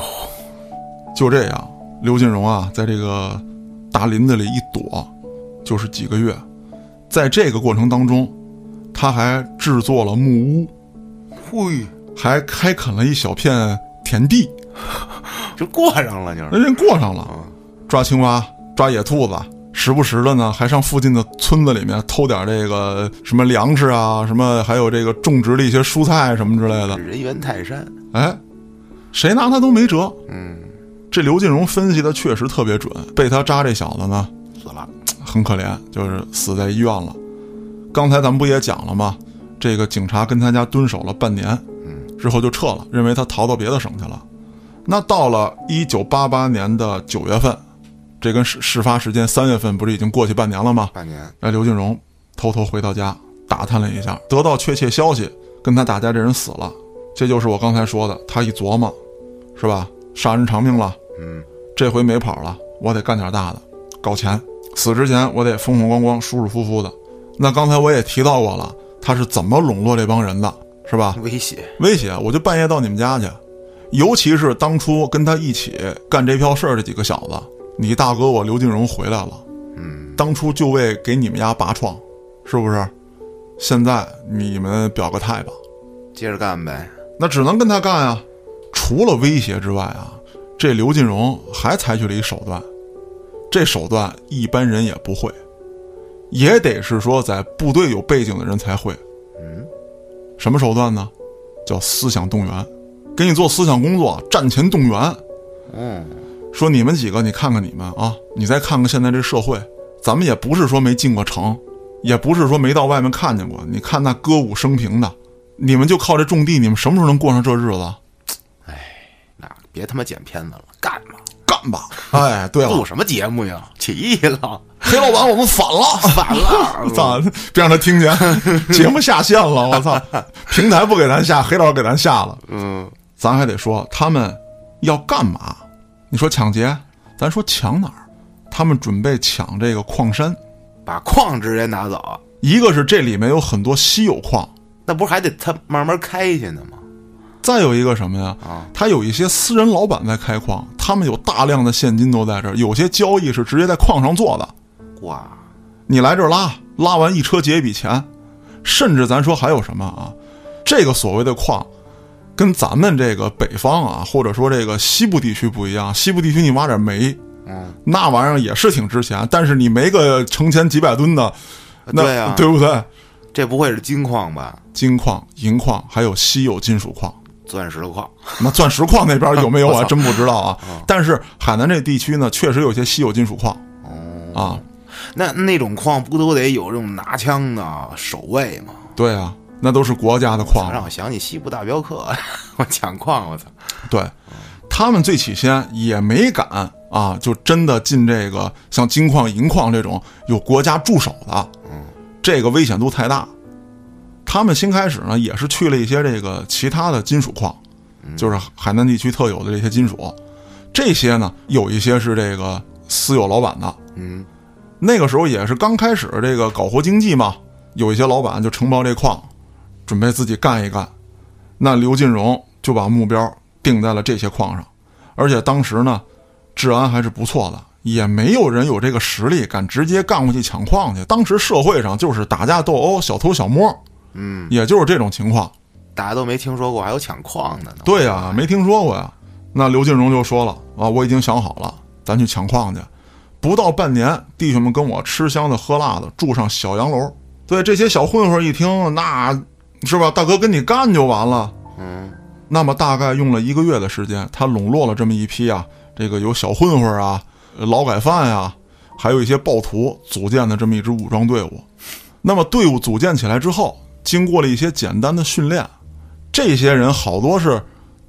Speaker 1: 就这样，刘金荣啊，在这个大林子里一躲，就是几个月。在这个过程当中，他还制作了木屋，
Speaker 2: 嘿，
Speaker 1: 还开垦了一小片田地，
Speaker 2: 就过上了，就是
Speaker 1: 人家过上了，抓青蛙、抓野兔子，时不时的呢，还上附近的村子里面偷点这个什么粮食啊，什么还有这个种植的一些蔬菜什么之类的。
Speaker 2: 人猿泰山，
Speaker 1: 哎，谁拿他都没辙。
Speaker 2: 嗯，
Speaker 1: 这刘进荣分析的确实特别准，被他扎这小子呢，
Speaker 2: 死了，
Speaker 1: 很可怜，就是死在医院了。刚才咱们不也讲了吗？这个警察跟他家蹲守了半年，之后就撤了，认为他逃到别的省去了。那到了一九八八年的九月份，这跟事事发时间三月份不是已经过去半年了吗？
Speaker 2: 半年，
Speaker 1: 哎，刘金荣偷偷回到家打探了一下，得到确切消息，跟他打架这人死了。这就是我刚才说的，他一琢磨，是吧？杀人偿命了，
Speaker 2: 嗯，
Speaker 1: 这回没跑了，我得干点大的，搞钱。死之前我得风风光光、舒舒服服的。那刚才我也提到过了，他是怎么笼络这帮人的，是吧？
Speaker 2: 威胁，
Speaker 1: 威胁我就半夜到你们家去，尤其是当初跟他一起干这票事儿这几个小子，你大哥我刘金荣回来了，
Speaker 2: 嗯，
Speaker 1: 当初就为给你们家拔创，是不是？现在你们表个态吧，
Speaker 2: 接着干呗，
Speaker 1: 那只能跟他干啊。除了威胁之外啊，这刘金荣还采取了一手段，这手段一般人也不会，也得是说在部队有背景的人才会。
Speaker 2: 嗯，
Speaker 1: 什么手段呢？叫思想动员，给你做思想工作，战前动员。
Speaker 2: 嗯，
Speaker 1: 说你们几个，你看看你们啊，你再看看现在这社会，咱们也不是说没进过城，也不是说没到外面看见过。你看那歌舞升平的，你们就靠这种地，你们什么时候能过上这日子？啊
Speaker 2: 那别他妈剪片子了，干吧，
Speaker 1: 干吧！哎，对了
Speaker 2: 录，什么节目呀？起义 [laughs] 了，啊
Speaker 1: 黑老板，我们反了！[laughs]
Speaker 2: 反了，
Speaker 1: 操，别让他听见， [laughs] 节目下线了，我 [laughs] 操！平台不给咱下，黑老给咱下了。
Speaker 2: 嗯，
Speaker 1: 咱还得说他们要干嘛？你说抢劫，咱说抢哪儿？他们准备抢这个矿山，
Speaker 2: 把矿直接拿走，
Speaker 1: 一个是这里面有很多稀有矿，
Speaker 2: 那不是还得他慢慢开去呢吗？
Speaker 1: 再有一个什么呀？
Speaker 2: 啊，
Speaker 1: 他有一些私人老板在开矿，他们有大量的现金都在这儿，有些交易是直接在矿上做的。
Speaker 2: 哇，
Speaker 1: 你来这儿拉，拉完一车结一笔钱，甚至咱说还有什么啊？这个所谓的矿，跟咱们这个北方啊，或者说这个西部地区不一样。西部地区你挖点煤，
Speaker 2: 嗯，
Speaker 1: 那玩意儿也是挺值钱，但是你没个成千几百吨的，那
Speaker 2: 对啊
Speaker 1: 不对？
Speaker 2: 这不会是金矿吧？
Speaker 1: 金矿、银矿还有稀有金属矿，
Speaker 2: 钻石矿，
Speaker 1: 那钻石矿那边有没有
Speaker 2: 我
Speaker 1: 啊？
Speaker 2: 操
Speaker 1: 真不知道啊。但是海南这地区呢，确实有一些稀有金属矿
Speaker 2: 哦，
Speaker 1: 啊。
Speaker 2: 那那种矿不都得有这种拿枪的守卫吗？
Speaker 1: 对啊，那都是国家的矿
Speaker 2: 让。我想起西部大镖客，我抢矿，我操！
Speaker 1: 对，他们最起先也没敢啊，就真的进这个像金矿、银矿这种有国家驻守的，这个危险度太大。他们先开始呢，也是去了一些这个其他的金属矿，就是海南地区特有的这些金属，这些呢有一些是这个私有老板的。
Speaker 2: 嗯，
Speaker 1: 那个时候也是刚开始这个搞活经济嘛，有一些老板就承包这矿，准备自己干一干。那刘进荣就把目标定在了这些矿上，而且当时呢，治安还是不错的，也没有人有这个实力敢直接干过去抢矿去。当时社会上就是打架斗殴、小偷小摸，嗯，也就是这种情况。
Speaker 2: 大家都没听说过还有抢矿的呢。
Speaker 1: 对啊呀、没听说过呀。那刘进荣就说了啊，我已经想好了，咱去抢矿去。不到半年，弟兄们跟我吃香的喝辣的，住上小洋楼。对这些小混混一听，那是吧，大哥跟你干就完了。
Speaker 2: 嗯，
Speaker 1: 那么大概用了一个月的时间，他笼络了这么一批啊，这个有小混混啊、呃劳改犯呀、还有一些暴徒组建的这么一支武装队伍。那么队伍组建起来之后，经过了一些简单的训练，这些人好多是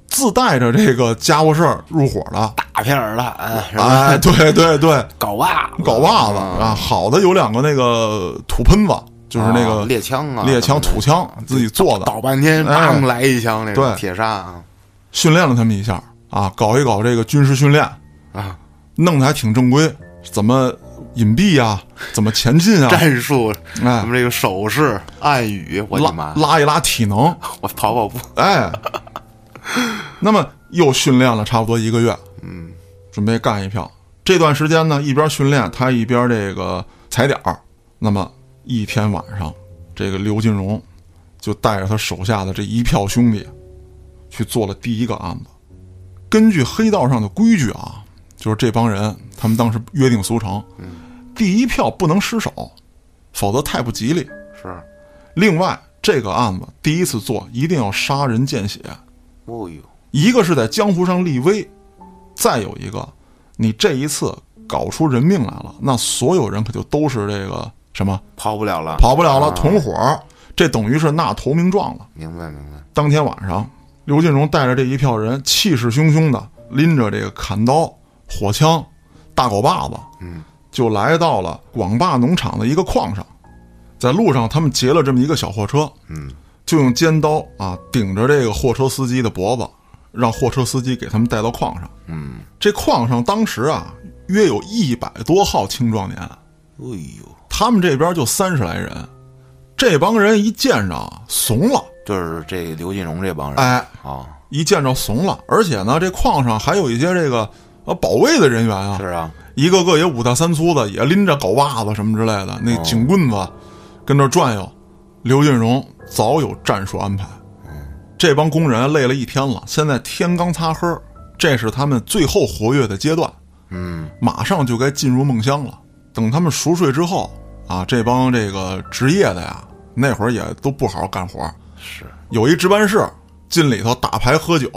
Speaker 1: 自带着这个家伙事儿入伙的。
Speaker 2: 大片儿了，嗯，什
Speaker 1: 哎，
Speaker 2: 么
Speaker 1: 对对
Speaker 2: [laughs]
Speaker 1: 对，
Speaker 2: 搞袜子，
Speaker 1: 搞袜子
Speaker 2: 嗯
Speaker 1: 啊，好的有两个那个土喷子，就是那
Speaker 2: 啊
Speaker 1: 个
Speaker 2: 猎枪啊，
Speaker 1: 猎枪、
Speaker 2: 什么
Speaker 1: 土枪自己做的，
Speaker 2: 的 [laughs] 倒半天，
Speaker 1: 哎
Speaker 2: 砰来一枪那种
Speaker 1: 对
Speaker 2: 铁砂啊
Speaker 1: 训练了他们一下啊，搞一搞这个军事训练，
Speaker 2: 啊，
Speaker 1: 弄得还挺正规，怎么隐蔽呀、怎么前进
Speaker 2: [laughs]
Speaker 1: 啊？啊
Speaker 2: 战术，
Speaker 1: 哎
Speaker 2: 什么这个手势、暗语，我的
Speaker 1: 拉
Speaker 2: 妈！
Speaker 1: 拉一拉体能，
Speaker 2: [laughs] 我跑跑步，
Speaker 1: 哎，那么又训练了差不多一个月，嗯，准备干一票。这段时间呢，一边训练，他一边这个踩点儿。那么一天晚上，这个刘金荣就带着他手下的这一票兄弟，去做了第一个案子。根据黑道上的规矩啊，就是这帮人他们当时约定俗成，第一票不能失手，否则太不吉利。
Speaker 2: 是，
Speaker 1: 另外，这个案子第一次做，一定要杀人见血。
Speaker 2: 哦呦，
Speaker 1: 一个是在江湖上立威，再有一个，你这一次搞出人命来了，那所有人可就都是这个什么
Speaker 2: 跑不了了，
Speaker 1: 跑不了了，
Speaker 2: 啊
Speaker 1: 同伙儿，这等于是纳投名状了。
Speaker 2: 明白明白，
Speaker 1: 当天晚上，刘进荣带着这一票人，气势汹汹的，拎着这个砍刀、火枪、大镐把子，
Speaker 2: 嗯，
Speaker 1: 就来到了广坝农场的一个矿上。在路上，他们劫了这么一个小货车，
Speaker 2: 嗯，
Speaker 1: 就用尖刀啊顶着这个货车司机的脖子，让货车司机给他们带到矿上。
Speaker 2: 嗯，
Speaker 1: 这矿上当时啊，约有一百多号青壮年，
Speaker 2: 哦呦，
Speaker 1: 他们这边就三十来人。这帮人一见着啊怂了，
Speaker 2: 就是这刘金荣这帮人
Speaker 1: 哎，
Speaker 2: 啊，
Speaker 1: 一见着怂了，而且呢，这矿上还有一些这个呃保卫的人员啊
Speaker 2: 是，啊，
Speaker 1: 一个个也五大三粗的，也拎着镐把子什么之类的，
Speaker 2: 哦
Speaker 1: 那警棍子跟那儿转悠。刘进荣早有战术安排，
Speaker 2: 哎
Speaker 1: 这帮工人累了一天了，现在天刚擦黑儿，这是他们最后活跃的阶段，
Speaker 2: 嗯，
Speaker 1: 马上就该进入梦乡了。等他们熟睡之后啊，这帮这个职业的呀，那会儿也都不好好干活儿，
Speaker 2: 是，
Speaker 1: 有一值班室，进里头打牌喝酒。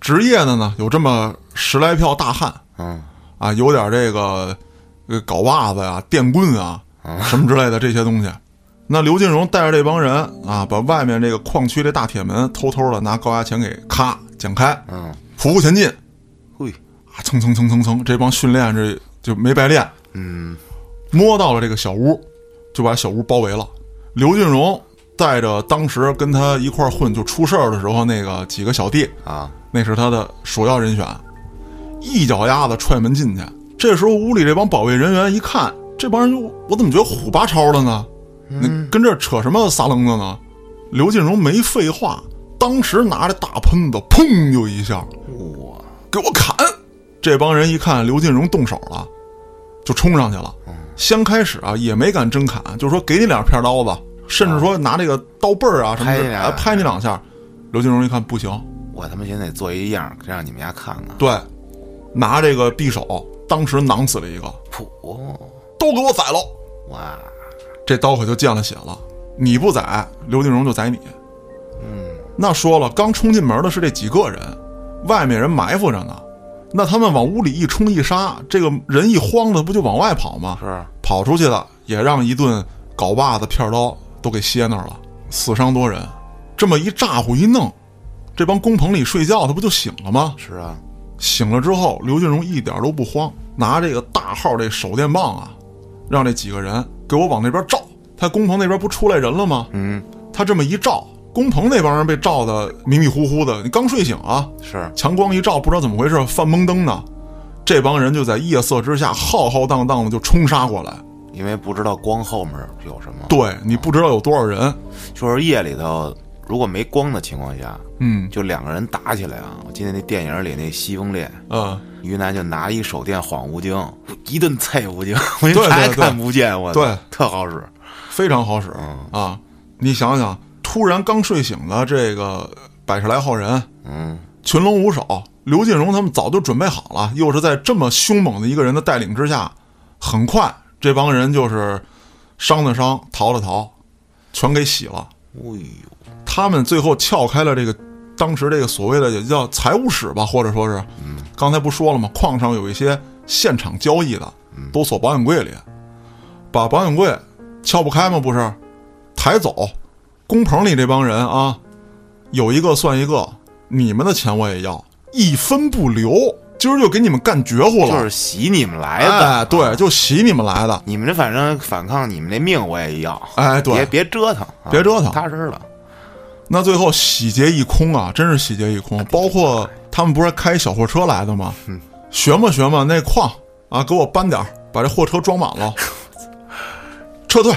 Speaker 1: 职业的呢，有这么十来票大汉
Speaker 2: 嗯，
Speaker 1: 啊，有点这个呃镐把子呀、电棍啊
Speaker 2: 啊
Speaker 1: 什么之类的这些东西。那刘金荣带着这帮人啊，把外面这个矿区这大铁门偷偷的拿高压钳给咔剪开，
Speaker 2: 嗯，
Speaker 1: 匍匐前进
Speaker 2: 嘿，
Speaker 1: 啊，蹭蹭蹭蹭蹭，这帮训练这就没白练，
Speaker 2: 嗯，
Speaker 1: 摸到了这个小屋，就把小屋包围了。刘俊荣带着当时跟他一块儿混就出事儿的时候那个几个小弟，
Speaker 2: 啊，
Speaker 1: 那是他的首要人选，一脚丫子踹门进去。这时候屋里这帮保卫人员一看，这帮人就我怎么觉得虎八超的呢？那跟这扯什么撒楞子呢？刘进荣没废话，当时拿着大喷子，砰就一下
Speaker 2: 哇，
Speaker 1: 给我砍！这帮人一看刘进荣动手了，就冲上去了。
Speaker 2: 嗯
Speaker 1: 先开始啊，也没敢真砍，就说给你两片刀子，甚至说拿这个刀背儿啊什么
Speaker 2: 拍
Speaker 1: 的
Speaker 2: 你两
Speaker 1: 哎拍你两下。刘进荣一看不行，
Speaker 2: 我他妈先得做一样，让你们家看看，
Speaker 1: 对，拿这个匕首，当时囊死了一个，
Speaker 2: 噗，哦
Speaker 1: 都给我宰了。
Speaker 2: 哇，
Speaker 1: 这刀可就见了血了，你不宰，刘进荣就宰你。
Speaker 2: 嗯，
Speaker 1: 那说了，刚冲进门的是这几个人，外面人埋伏着呢。那他们往屋里一冲一杀，这个人一慌的不就往外跑吗？
Speaker 2: 是，
Speaker 1: 跑出去的也让一顿镐把子、片刀都给歇那儿了，死伤多人。这么一咋呼一弄，这帮工棚里睡觉，他不就醒了吗？
Speaker 2: 是啊，
Speaker 1: 醒了之后，刘俊荣一点都不慌，拿这个大号这手电棒啊，让这几个人给我往那边照。他工棚那边不出来人了吗？
Speaker 2: 嗯，
Speaker 1: 他这么一照，工棚那帮人被照的迷迷糊糊的，你刚睡醒啊，
Speaker 2: 是，
Speaker 1: 强光一照，不知道怎么回事，犯懵灯呢。这帮人就在夜色之下浩浩荡荡的就冲杀过来。
Speaker 2: 因为不知道光后面有什么，
Speaker 1: 对你不知道有多少人，
Speaker 2: 就是夜里头如果没光的情况下，
Speaker 1: 嗯
Speaker 2: 就两个人打起来啊！我记得那电影里那《西风烈
Speaker 1: 呃，》，
Speaker 2: 于南就拿一手电晃吴京，一顿菜吴京，我一
Speaker 1: 对
Speaker 2: 查
Speaker 1: 对
Speaker 2: 看不见，我操
Speaker 1: 对
Speaker 2: 特好使。
Speaker 1: 非常好使啊！你想想，突然刚睡醒的这个百十来号人，
Speaker 2: 嗯，
Speaker 1: 群龙无首，刘进荣他们早就准备好了，又是在这么凶猛的一个人的带领之下，很快这帮人就是伤的伤，逃的逃，全给洗了。
Speaker 2: 哎呦，
Speaker 1: 他们最后撬开了这个当时这个所谓的也叫财务室吧，或者说是，刚才不说了吗？矿上有一些现场交易的，
Speaker 2: 嗯
Speaker 1: 都锁保险柜里，把保险柜撬不开吗？不是，抬走。工棚里这帮人啊，有一个算一个，你们的钱我也要，一分不留。今儿就给你们干绝户了，
Speaker 2: 就是洗你们来的，啊
Speaker 1: 哎，对，就洗你们来的，
Speaker 2: 你们这反正反抗你们那命我也要，
Speaker 1: 哎，对，
Speaker 2: 别别折腾，啊
Speaker 1: 别折腾
Speaker 2: 踏实了。
Speaker 1: 那最后洗劫一空啊，真是洗劫一空。包括他们不是开小货车来的吗？学嘛学嘛，那矿啊，给我搬点儿，把这货车装满了，撤退。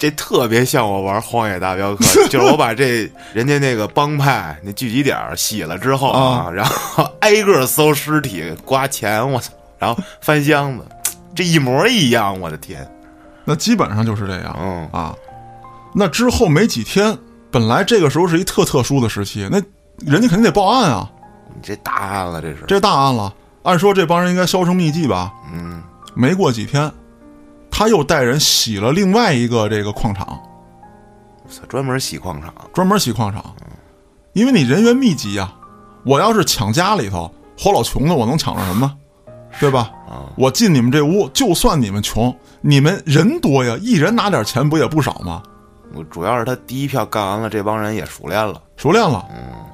Speaker 2: 这特别像我玩《荒野大镖客》，就是我把这人家那个帮派那聚集点儿洗了之后
Speaker 1: 啊
Speaker 2: 然后 [laughs] 挨个搜尸体、刮钱，我操，然后翻箱子，这一模一样，我的天！
Speaker 1: 那基本上就是这样
Speaker 2: 嗯，
Speaker 1: 啊。那之后没几天，本来这个时候是一特特殊的时期，那人家肯定得报案啊，
Speaker 2: 你这大案了，这是，
Speaker 1: 这大案了。按说这帮人应该销声匿迹吧？
Speaker 2: 嗯，
Speaker 1: 没过几天，他又带人洗了另外一个这个矿场。
Speaker 2: 我操专门洗矿场，
Speaker 1: 专门洗矿场，因为你人员密集呀、我要是抢家里头，活老穷的，我能抢着什么？对吧？
Speaker 2: 啊
Speaker 1: 我进你们这屋，就算你们穷，你们人多呀，一人拿点钱不也不少吗？
Speaker 2: 我主要是他第一票干完了，这帮人也熟练了，
Speaker 1: 熟练了，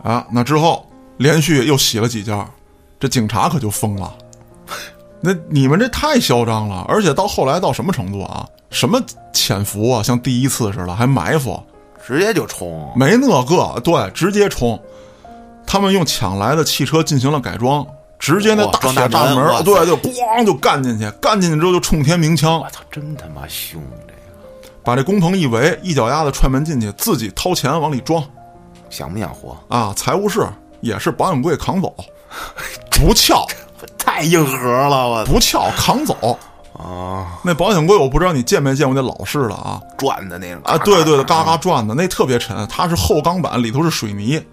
Speaker 1: 啊，那之后连续又洗了几家，这警察可就疯了。那你们这太嚣张了，而且到后来到什么程度啊？什么潜伏啊，像第一次似的，还埋伏，
Speaker 2: 直接就冲，
Speaker 1: 没那个，对，直接冲。他们用抢来的汽车进行了改装，直接那
Speaker 2: 哇
Speaker 1: 大
Speaker 2: 装
Speaker 1: 铁
Speaker 2: 大
Speaker 1: 栅
Speaker 2: 门哇
Speaker 1: 门，
Speaker 2: 塞
Speaker 1: 对，就咣就干进去，干进去之后就冲天鸣枪，
Speaker 2: 我操，真他妈凶！这个
Speaker 1: 把这工棚一围，一脚丫子踹门进去，自己掏钱往里装
Speaker 2: 想不想活？
Speaker 1: 啊！财务室也是保险柜扛
Speaker 2: [laughs]
Speaker 1: 走，不撬
Speaker 2: 太硬核了，我操
Speaker 1: 不撬扛走。
Speaker 2: 啊，
Speaker 1: 那保险柜我不知道你见没见过那老式的啊
Speaker 2: 转的那种
Speaker 1: 啊，对对的，嘎嘎转的那特别沉，它是后钢板，里头是水泥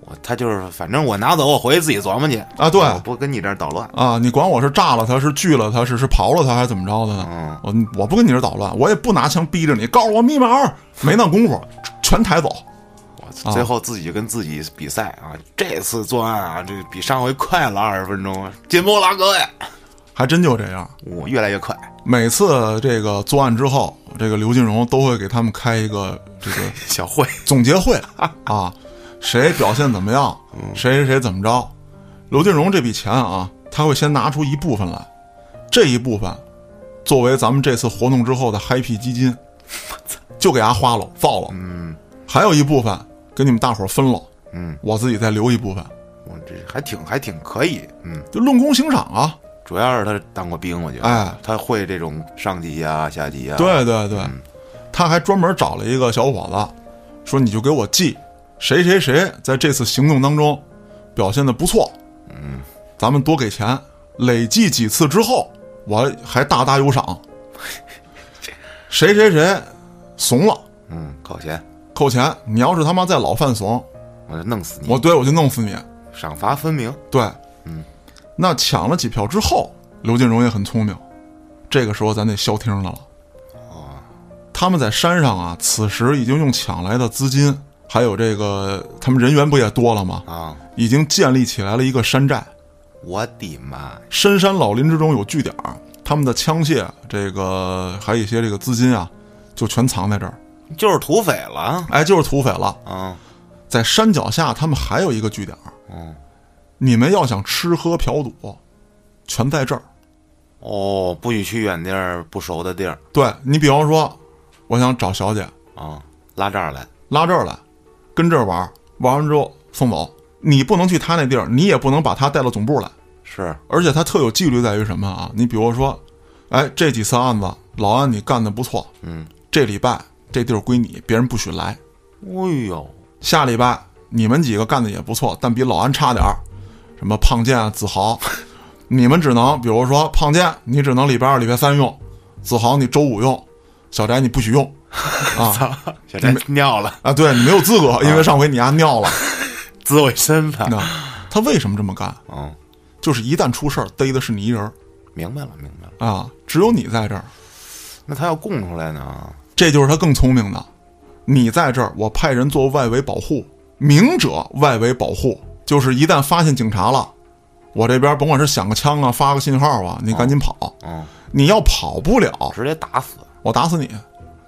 Speaker 2: 我他就是，反正我拿走，我回去自己琢磨去
Speaker 1: 啊对
Speaker 2: 我不跟你这儿捣乱。
Speaker 1: 啊！你管我是炸了它，是锯了它，是是刨了它，还是怎么着的呢？
Speaker 2: 嗯，
Speaker 1: 我我不跟你这儿捣乱，我也不拿枪逼着你，告诉我密码，没那功夫，全抬走。
Speaker 2: 我
Speaker 1: 啊
Speaker 2: 最后自己就跟自己比赛啊，这次作案啊，这比上回快了二十分钟，啊进步了，各位，
Speaker 1: 还真就这样。
Speaker 2: 我越来越快， [laughs]
Speaker 1: 每次这个作案之后，这个刘金荣都会给他们开一个这个
Speaker 2: 小慧，
Speaker 1: 总结会啊，谁表现怎么样，谁谁谁怎么着。刘金荣这笔钱啊，他会先拿出一部分来，这一部分作为咱们这次活动之后的 happy 基金，就给他花了造了。嗯，还有一部分给你们大伙儿分了，
Speaker 2: 嗯，
Speaker 1: 我自己再留一部分，
Speaker 2: 我这还挺还挺可以，嗯，
Speaker 1: 就论功行赏啊。
Speaker 2: 主要是他当过兵，我觉得，
Speaker 1: 哎，
Speaker 2: 他会这种上级啊、下级啊，，
Speaker 1: 对对对，他还专门找了一个小伙子，说你就给我记谁谁谁在这次行动当中表现的不错，嗯，咱们多给钱，累计几次之后，我还大大有赏。谁谁谁怂了，
Speaker 2: 嗯，靠钱，
Speaker 1: 扣钱。你要是他妈再老犯怂，
Speaker 2: 我就弄死你，
Speaker 1: 我对我就弄死你。
Speaker 2: 赏罚分明，
Speaker 1: 对，嗯，那抢了几票之后，刘金荣也很聪明，这个时候咱得消停的了。他们在山上啊，此时已经用抢来的资金，还有这个他们人员不也多了吗？
Speaker 2: 啊，
Speaker 1: 已经建立起来了一个山寨，
Speaker 2: 我的妈，
Speaker 1: 深山老林之中有据点儿，他们的枪械，这个还有一些这个资金啊，就全藏在这儿。
Speaker 2: 就是土匪了啊
Speaker 1: 哎，就是土匪了，
Speaker 2: 啊，
Speaker 1: 在山脚下他们还有一个据点儿。
Speaker 2: 嗯，
Speaker 1: 你们要想吃喝嫖赌，全在这儿。
Speaker 2: 哦，不许去远地儿、不熟的地儿
Speaker 1: 对你比方说，我想找小姐，
Speaker 2: 啊，拉这儿来。
Speaker 1: 拉这儿来，跟这儿玩，玩完之后送走。你不能去他那地儿，你也不能把他带到总部来。
Speaker 2: 是
Speaker 1: 而且它特有纪律在于什么啊？你比如说，哎，这几次案子，老安你干的不错，
Speaker 2: 嗯，
Speaker 1: 这礼拜这地儿归你，别人不许来。
Speaker 2: 哎呦，
Speaker 1: 下礼拜你们几个干的也不错，但比老安差点儿。什么胖健、啊子豪，你们只能比如说胖健，你只能礼拜二、礼拜三用；子豪你周五用，小翟你不许用。
Speaker 2: [laughs]
Speaker 1: 啊
Speaker 2: 小翟尿了，
Speaker 1: 啊，对你没有资格，因为上回你丫尿了。
Speaker 2: 滋我一身子。
Speaker 1: 那他为什么这么干？
Speaker 2: 嗯，
Speaker 1: 就是一旦出事儿，逮的是你一人儿
Speaker 2: 明白了，明白了。
Speaker 1: 啊，只有你在这儿，
Speaker 2: 那他要供出来呢？
Speaker 1: 这就是他更聪明的。你在这儿，我派人做外围保护，明者外围保护，就是一旦发现警察了，我这边甭管是响个枪啊，发个信号啊，你赶紧跑。
Speaker 2: 嗯，
Speaker 1: 你要跑不了，
Speaker 2: 直接打死。
Speaker 1: 我打死你。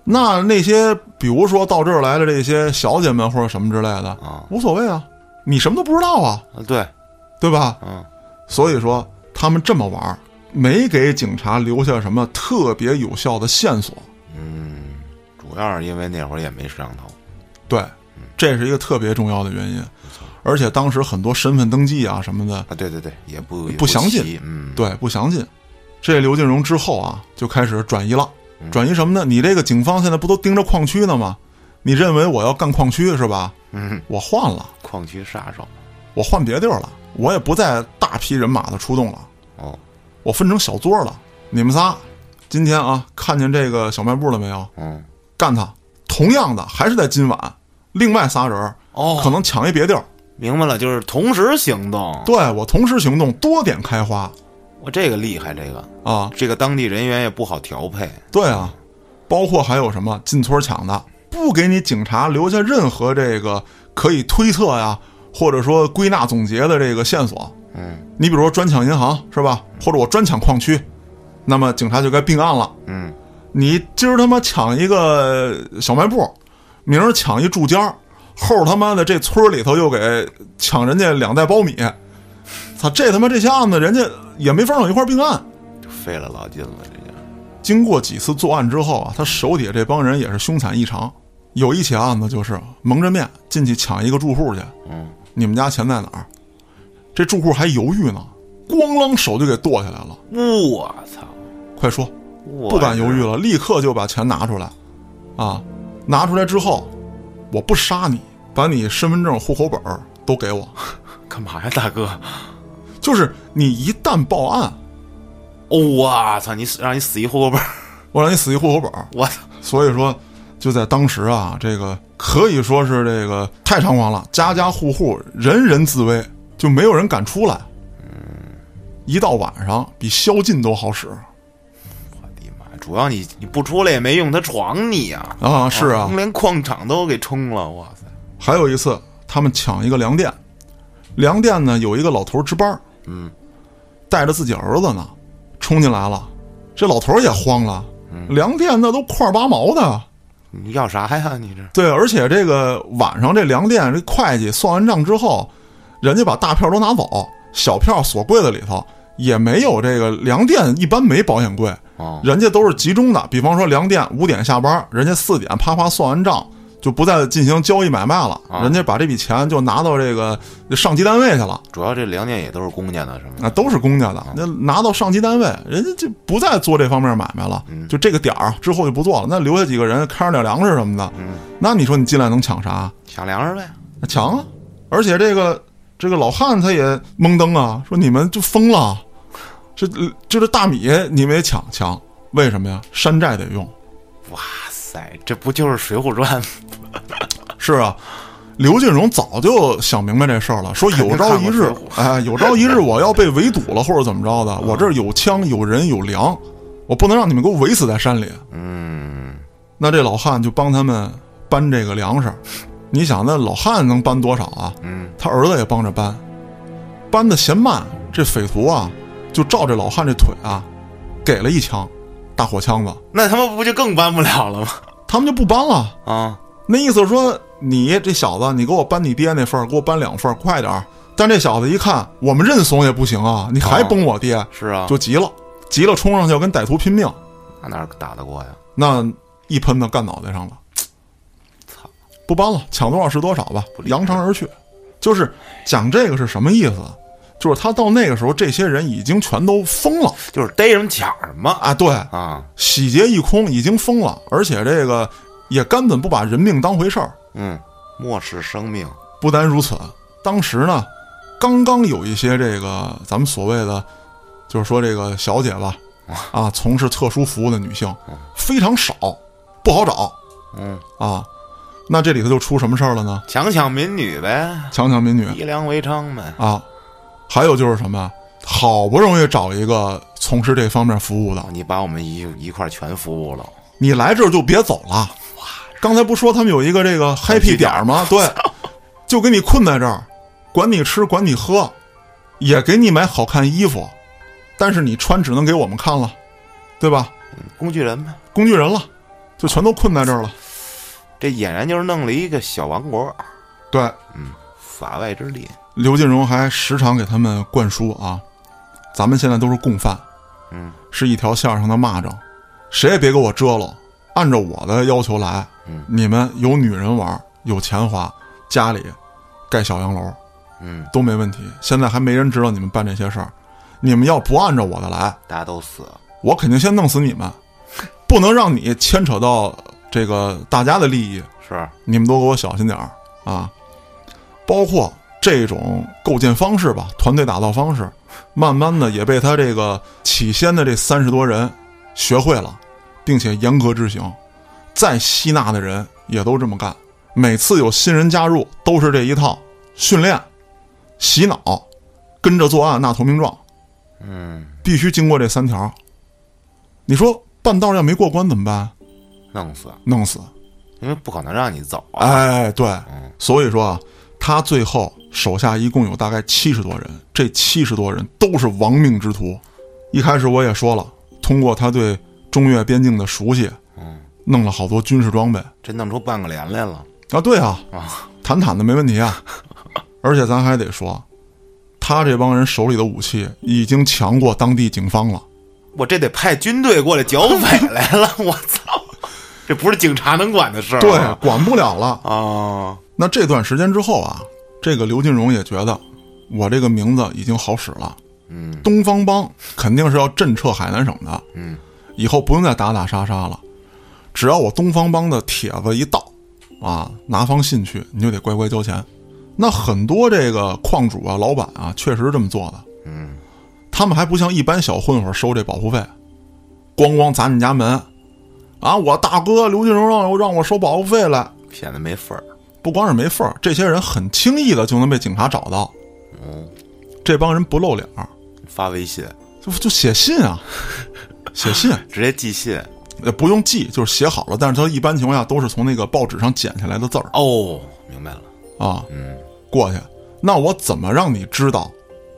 Speaker 1: 那那些比如说到这儿来的这些小姐们或者什么之类的
Speaker 2: 啊，
Speaker 1: 无所谓啊，你什么都不知道啊，
Speaker 2: 啊，对，
Speaker 1: 对吧？
Speaker 2: 嗯，
Speaker 1: 所以说他们这么玩儿，没给警察留下什么特别有效的线索。
Speaker 2: 嗯主要是因为那会儿也没摄像头。
Speaker 1: 对，这是一个特别重要的原因。而且当时很多身份登记啊什么的，
Speaker 2: 啊，对对对，也不
Speaker 1: 不详尽
Speaker 2: 齐嗯，
Speaker 1: 对不详尽。这刘进荣之后啊，就开始转移了，转移什么呢？你这个警方现在不都盯着矿区呢吗？你认为我要干矿区是吧？
Speaker 2: 嗯，
Speaker 1: 我换了，
Speaker 2: 矿区杀手。
Speaker 1: 我换别地儿了，我也不再大批人马的出动了，
Speaker 2: 哦，
Speaker 1: 我分成小撮了。你们仨，今天啊，看见这个小卖部了没有？
Speaker 2: 嗯，
Speaker 1: 干他！同样的，还是在今晚，另外仨人儿
Speaker 2: 哦
Speaker 1: 可能抢一别地儿。
Speaker 2: 明白了，就是同时行动。
Speaker 1: 对我同时行动，多点开花
Speaker 2: 我这个厉害，这个
Speaker 1: 啊！
Speaker 2: 这个当地人员也不好调配。
Speaker 1: 对啊，包括还有什么进村抢的，不给你警察留下任何这个可以推测呀，或者说归纳总结的这个线索。
Speaker 2: 嗯
Speaker 1: 你比如说专抢银行是吧，或者我专抢矿区，那么警察就该并案了。
Speaker 2: 嗯，
Speaker 1: 你今儿他妈抢一个小卖部，明儿抢一住家儿，后儿他妈的这村儿里头又给抢人家两袋苞米，操，这他妈这些案子人家也没法往一块儿并案。
Speaker 2: 就费了老劲了，这就
Speaker 1: 经过几次作案之后啊，他手底下这帮人也是凶残异常。有一起案子就是蒙着面进去抢一个住户去，
Speaker 2: 嗯，
Speaker 1: 你们家钱在哪儿？这住户还犹豫呢，咣啷手就给剁下来了。
Speaker 2: 我操，
Speaker 1: 快说，
Speaker 2: 我
Speaker 1: 不敢犹豫了，立刻就把钱拿出来，啊，拿出来之后，我不杀你，把你身份证、户口本儿都给我。 [laughs]
Speaker 2: 干嘛呀，大哥？
Speaker 1: 就是你一旦报案，
Speaker 2: 哦，我操，你死让你死一户口本儿， [laughs]
Speaker 1: 我让你死一户口本儿。
Speaker 2: 我操，
Speaker 1: 所以说，就在当时啊，这个可以说是这个太猖狂了，家家户户人人自危，就没有人敢出来。一到晚上，比宵禁都好使
Speaker 2: 我的妈！主要你你不出来也没用，他闯你啊！
Speaker 1: 啊！是啊，
Speaker 2: 连矿场都给冲了，哇塞！
Speaker 1: 还有一次，他们抢一个粮店，粮店呢有一个老头值班，嗯，带着自己儿子呢，冲进来了。这老头儿也慌了，粮店那都块儿八毛的，
Speaker 2: 你要啥呀？你这
Speaker 1: 对，而且这个晚上这粮店这会计算完账之后，人家把大票都拿走，小票锁柜子里头，也没有这个粮店一般没保险柜，
Speaker 2: 哦，
Speaker 1: 人家都是集中的。比方说粮店五点下班，人家四点啪啪算完账，就不再进行交易买卖了，人家把这笔钱就拿到这个上级单位去了，
Speaker 2: 主要这粮店也都是公家的，是吗？
Speaker 1: 啊，都是公家的，那拿到上级单位，人家就不再做这方面买卖了，就这个点儿之后就不做了，那留下几个人看着点粮食什么的，那你说你进来能抢啥？
Speaker 2: 抢粮食呗。
Speaker 1: 那强啊！而且这个这个老汉他也懵登啊，说你们就疯了，这就这大米你们也抢抢，为什么呀？山寨得用。
Speaker 2: 哇塞，这不就是《水浒传》吗？ [laughs]
Speaker 1: 是啊，刘进荣早就想明白这事儿了，说有朝一日
Speaker 2: 肯定看过水，浒
Speaker 1: 哎，有朝一日我要被围堵了或者怎么着的，我这儿有枪有人有粮，我不能让你们给我围死在山里。
Speaker 2: 嗯，
Speaker 1: 那这老汉就帮他们搬这个粮食。你想，那老汉能搬多少啊？
Speaker 2: 嗯，
Speaker 1: 他儿子也帮着搬，搬的嫌慢，这匪徒啊就照这老汉这腿啊，给了一枪，大火枪子，
Speaker 2: 那他妈不就更搬不了了吗？
Speaker 1: 他们就不搬了。
Speaker 2: 啊，
Speaker 1: 那意思说，你这小子，你给我搬你爹那份儿，给我搬两份儿，快点儿。但这小子一看，我们认怂也不行啊，你还崩我爹，
Speaker 2: 是啊，
Speaker 1: 就急了，急了冲上去要跟歹徒拼命，
Speaker 2: 那哪打得过呀？
Speaker 1: 那一喷子干脑袋上了，
Speaker 2: 操！
Speaker 1: 不搬了，抢多少是多少吧
Speaker 2: 不，理智
Speaker 1: 扬长而去。就是讲这个是什么意思？就是他到那个时候，这些人已经全都疯了
Speaker 2: 就是逮什么抢什么
Speaker 1: 啊！对，
Speaker 2: 啊，
Speaker 1: 洗劫一空，已经疯了，而且这个也根本不把人命当回事儿。
Speaker 2: 嗯，漠视生命，
Speaker 1: 不单如此，啊当时呢，刚刚有一些这个咱们所谓的，就是说这个小姐吧，啊，从事特殊服务的女性非常少，不好找
Speaker 2: 嗯，
Speaker 1: 啊。那这里头就出什么事儿了呢？
Speaker 2: 强抢民女呗，
Speaker 1: 强抢民女
Speaker 2: 以粮为娼呗，
Speaker 1: 啊，还有就是什么呀？啊好不容易找一个从事这方面服务的
Speaker 2: 哦，你把我们一一块儿全服务了，
Speaker 1: 你来这儿就别走了。哇，刚才不说他们有一个这个 happy 点儿吗？ [laughs] 对，就给你困在这儿，管你吃，管你喝，也给你买好看衣服，但是你穿只能给我们看了，对吧？
Speaker 2: 工具人呗，
Speaker 1: 工具人了，就全都困在这儿了。
Speaker 2: 这俨然就是弄了一个小王国，
Speaker 1: 对，
Speaker 2: 法外之地，
Speaker 1: 刘进荣还时常给他们灌输啊，咱们现在都是共犯，
Speaker 2: 嗯，
Speaker 1: 是一条线上的蚂蚱，谁也别给我折了，按照我的要求来，
Speaker 2: 嗯
Speaker 1: 你们有女人玩，有钱花，家里盖小洋楼
Speaker 2: 嗯，
Speaker 1: 都没问题。现在还没人知道你们办这些事儿，你们要不按照我的来，
Speaker 2: 大家都死，
Speaker 1: 我肯定先弄死你们，不能让你牵扯到这个大家的利益，
Speaker 2: 是，
Speaker 1: 你们都给我小心点儿啊！包括这种构建方式吧，团队打造方式，慢慢的也被他这个起先的这三十多人学会了，并且严格执行。再吸纳的人也都这么干。每次有新人加入，都是这一套训练、洗脑，跟着作案纳投名状，
Speaker 2: 嗯，
Speaker 1: 必须经过这三条。你说半道要没过关怎么办？
Speaker 2: 弄死，
Speaker 1: 弄死！
Speaker 2: 因为不可能让你走啊，
Speaker 1: 哎，对，所以说啊，他最后手下一共有大概七十多人，这七十多人都是亡命之徒。一开始我也说了，通过他对中越边境的熟悉，
Speaker 2: 嗯，
Speaker 1: 弄了好多军事装备
Speaker 2: 这弄出半个连来了，
Speaker 1: 啊，对啊
Speaker 2: 啊，
Speaker 1: [laughs] 坦坦的没问题啊。而且咱还得说，他这帮人手里的武器已经强过当地警方了。
Speaker 2: 我这得派军队过来剿匪来了，我操，这不是警察能管的事儿、
Speaker 1: 对，
Speaker 2: 啊，
Speaker 1: 管不了了。
Speaker 2: 啊，
Speaker 1: 那这段时间之后啊，这个刘金荣也觉得我这个名字已经好使了。
Speaker 2: 嗯
Speaker 1: 东方帮肯定是要震慑海南省的，
Speaker 2: 嗯，
Speaker 1: 以后不用再打打杀杀了。只要我东方帮的帖子一到，啊，拿封信去，你就得乖乖交钱。那很多这个矿主啊、老板啊，确实是这么做的。
Speaker 2: 嗯，
Speaker 1: 他们还不像一般小混混收这保护费，咣咣砸你家门，啊，我大哥刘金荣让我让我收保护费来，
Speaker 2: 骗子没份儿，
Speaker 1: 不光是没份儿，这些人很轻易的就能被警察找到。
Speaker 2: 嗯，
Speaker 1: 这帮人不露脸儿，
Speaker 2: 发微信，
Speaker 1: 就就写信啊，写信
Speaker 2: 直接寄信，
Speaker 1: 也不用记，就是写好了。但是他一般情况下都是从那个报纸上剪下来的字儿
Speaker 2: 哦，明白了，
Speaker 1: 啊
Speaker 2: 嗯，
Speaker 1: 过去。那我怎么让你知道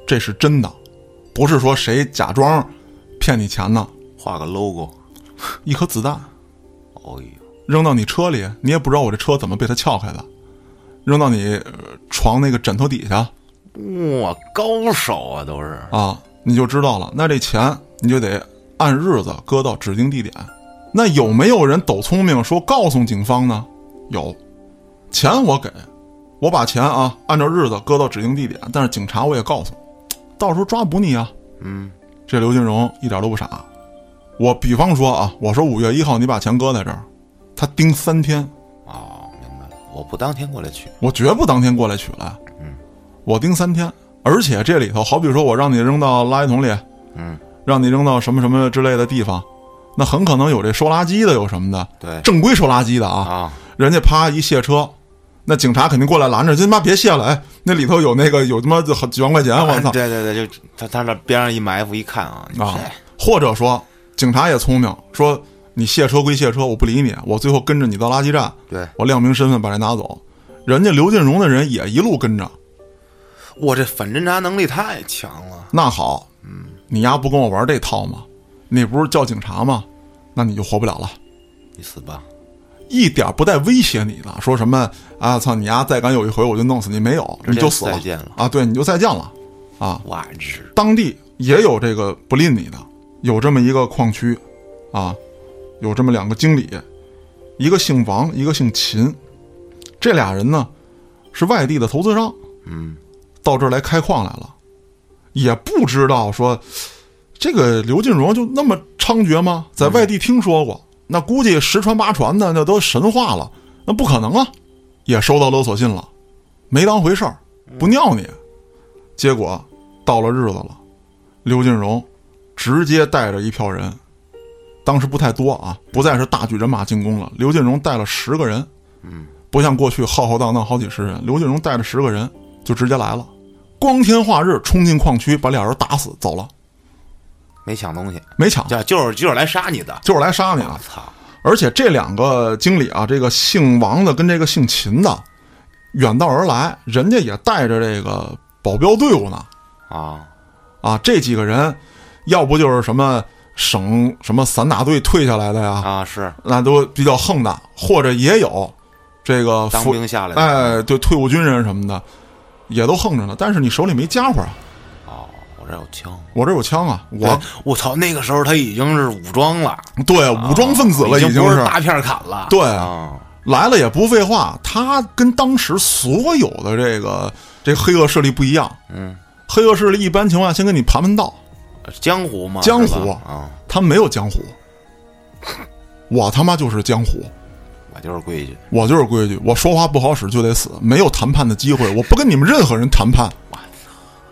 Speaker 1: 这是真的？不是说谁假装骗你钱呢？
Speaker 2: 画个 logo，
Speaker 1: 一颗子弹
Speaker 2: 哦呦，
Speaker 1: 扔到你车里，你也不知道我这车怎么被他撬开的，扔到你呃床那个枕头底下
Speaker 2: 哇，高手啊，都是，
Speaker 1: 啊，你就知道了。那这钱你就得按日子搁到指定地点。那有没有人抖聪明说告诉警方呢？有，钱我给，我把钱啊按照日子搁到指定地点，但是警察我也告诉，到时候抓捕你啊。
Speaker 2: 嗯，
Speaker 1: 这刘金荣一点都不傻，我比方说啊，我说五月一号你把钱搁在这儿，他盯三天，
Speaker 2: 哦，明白了，我不当天过来取，
Speaker 1: 我绝不当天过来取来，
Speaker 2: 嗯，
Speaker 1: 我盯三天，而且这里头好比说我让你扔到垃圾桶里，
Speaker 2: 嗯，
Speaker 1: 让你扔到什么什么之类的地方，那很可能有这收垃圾的，有什么的，
Speaker 2: 对，
Speaker 1: 正规收垃圾的啊，
Speaker 2: 哎啊，
Speaker 1: 人家啪一卸车，那警察肯定过来拦着，这他妈别卸了，哎，那里头有那个有他妈好几万块钱，啊
Speaker 2: [laughs]
Speaker 1: 我操
Speaker 2: 对对对，就他他那边上一埋伏一看啊，你
Speaker 1: 啊
Speaker 2: 这！
Speaker 1: 或者说警察也聪明，说你卸车归卸车，我不理你，我最后跟着你到垃圾站，
Speaker 2: 对
Speaker 1: 我亮明身份把这拿走，人家刘进荣的人也一路跟着，
Speaker 2: 我这反侦查能力太强了，
Speaker 1: 那好，嗯，你丫不跟我玩这套吗？你不是叫警察吗？那你就活不了了。
Speaker 2: 你死吧，
Speaker 1: 一点不带威胁你的，说什么啊操你丫再敢有一回我就弄死你，没有
Speaker 2: 直接
Speaker 1: 你就死了
Speaker 2: 再见了
Speaker 1: 啊，对，你就再见了啊。
Speaker 2: 哇日，
Speaker 1: 当地也有这个不吝你的，有这么一个矿区，啊，有这么两个经理，一个姓王，一个姓秦，这俩人呢是外地的投资商，
Speaker 2: 嗯，
Speaker 1: 到这儿来开矿来了。也不知道说这个刘进荣就那么猖獗吗？在外地听说过，那估计十传八传的那都神话了，那不可能啊！也收到勒索信了，没当回事儿，不尿你。结果到了日子了，刘进荣直接带着一票人，当时不太多啊，不再是大举人马进攻了。刘进荣带了十个人，
Speaker 2: 嗯，
Speaker 1: 不像过去浩浩荡荡好几十人，刘进荣带着十个人就直接来了，光天化日冲进矿区，把俩人打死走了，
Speaker 2: 没抢东西，
Speaker 1: 没抢，
Speaker 2: 就就是就是来杀你的。
Speaker 1: 就是来杀你
Speaker 2: 我
Speaker 1: 啊！
Speaker 2: 操！
Speaker 1: 而且这两个经理啊，这个姓王的跟这个姓秦的，远道而来，人家也带着这个保镖队伍呢。
Speaker 2: 啊，
Speaker 1: 啊，这几个人，要不就是什么省什么散打队退下来的呀，
Speaker 2: 啊，是
Speaker 1: 那都比较横的，或者也有这个
Speaker 2: 当
Speaker 1: 服
Speaker 2: 兵下来的。
Speaker 1: 哎，对，退伍军人什么的，也都横着呢。但是你手里没家伙啊，
Speaker 2: 哦，我这有枪。
Speaker 1: 我这有枪啊，我
Speaker 2: 对我操，那个时候他已经是武装了，
Speaker 1: 对武装分子了，
Speaker 2: 啊已
Speaker 1: 已
Speaker 2: 经
Speaker 1: 经
Speaker 2: 不
Speaker 1: 是
Speaker 2: 大片砍了。
Speaker 1: 对
Speaker 2: 啊，
Speaker 1: 来了也不废话，他跟当时所有的这个这黑恶势力不一样，
Speaker 2: 嗯，
Speaker 1: 黑恶势力一般情况下先跟你盘盘道，
Speaker 2: 江湖嘛，
Speaker 1: 江湖
Speaker 2: 是吧啊，
Speaker 1: 他没有江湖，我他妈就是江湖。
Speaker 2: 我就是规矩，
Speaker 1: 我就是规矩，我说话不好使就得死，没有谈判的机会，我不跟你们任何人谈判。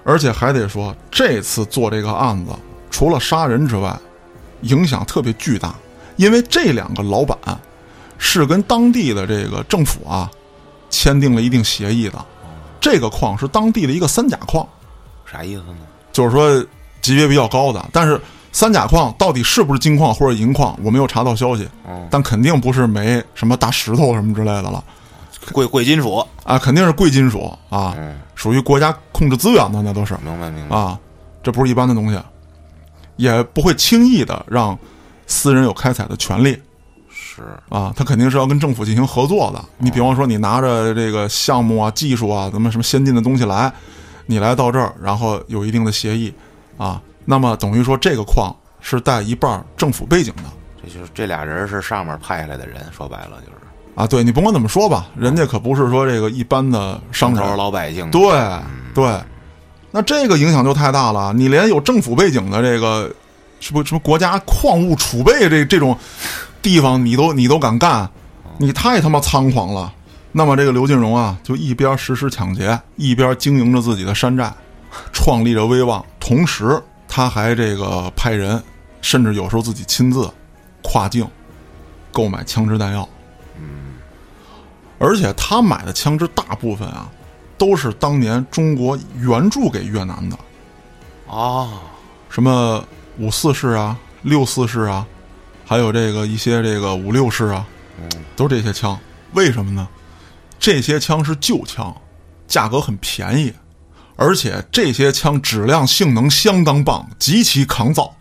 Speaker 1: 而且还得说，这次做这个案子，除了杀人之外，影响特别巨大，因为这两个老板是跟当地的这个政府啊签订了一定协议的。这个矿是当地的一个三甲矿，
Speaker 2: 啥意思呢？
Speaker 1: 就是说级别比较高的，但是三甲矿到底是不是金矿或者银矿，我没有查到消息， [laughs]
Speaker 2: 嗯，
Speaker 1: 但肯定不是煤、什么大石头什么之类的了。
Speaker 2: 贵贵金属，
Speaker 1: 啊，肯定是贵金属啊，
Speaker 2: 嗯，
Speaker 1: 属于国家控制资源的那都是
Speaker 2: 明白明白。
Speaker 1: 啊，这不是一般的东西，也不会轻易的让私人有开采的权利
Speaker 2: 是，
Speaker 1: 啊，他肯定是要跟政府进行合作的。你比方说，你拿着这个项目啊、技术啊、咱们什么先进的东西来，你来到这儿，然后有一定的协议啊，那么等于说这个矿是带一半儿政府背景的。
Speaker 2: 这就是这俩人是上面派下来的人，说白了就是
Speaker 1: 啊，对你甭管怎么说吧，人家可不是说这个一般的商
Speaker 2: 当
Speaker 1: 人，
Speaker 2: 头老百姓。
Speaker 1: 对对，那这个影响就太大了。你连有政府背景的这个什么什么国家矿物储备这这种地方，你都你都敢干，你太他妈猖狂了。那么这个刘进荣啊，就一边实施抢劫，一边经营着自己的山寨，创立着威望，同时他还这个派人，甚至有时候自己亲自跨境购买枪支弹药。而且他买的枪支大部分啊，都是当年中国援助给越南的，
Speaker 2: 啊，
Speaker 1: 什么五四式啊、六四式啊，还有这个一些这个五六式啊，都是这些枪。为什么呢？这些枪是旧枪，价格很便宜，而且这些枪质量性能相当棒，极其抗造。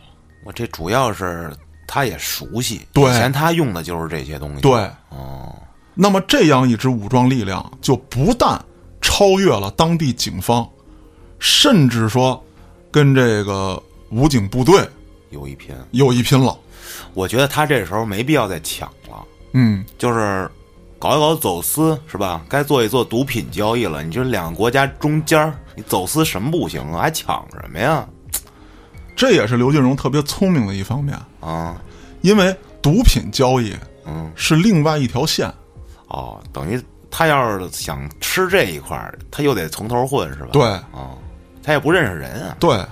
Speaker 2: 我这主要是他也熟悉，
Speaker 1: 对
Speaker 2: 以前他用的就是这些东西。，
Speaker 1: 对，
Speaker 2: 哦，
Speaker 1: 那么这样一支武装力量就不但超越了当地警方，甚至说跟这个武警部队
Speaker 2: 有一拼。
Speaker 1: 有一拼了。
Speaker 2: 我觉得他这时候没必要再抢了，
Speaker 1: 嗯，
Speaker 2: 就是搞一搞走私是吧？该做一做毒品交易了。你这两个国家中间儿，你走私什么不行啊？还抢什么呀？
Speaker 1: 这也是刘金荣特别聪明的一方面，
Speaker 2: 啊，
Speaker 1: 因为毒品交易
Speaker 2: 嗯，
Speaker 1: 是另外一条线。
Speaker 2: 哦，等于他要是想吃这一块儿，他又得从头混是吧？
Speaker 1: 对
Speaker 2: 啊、他也不认识人啊。
Speaker 1: 对，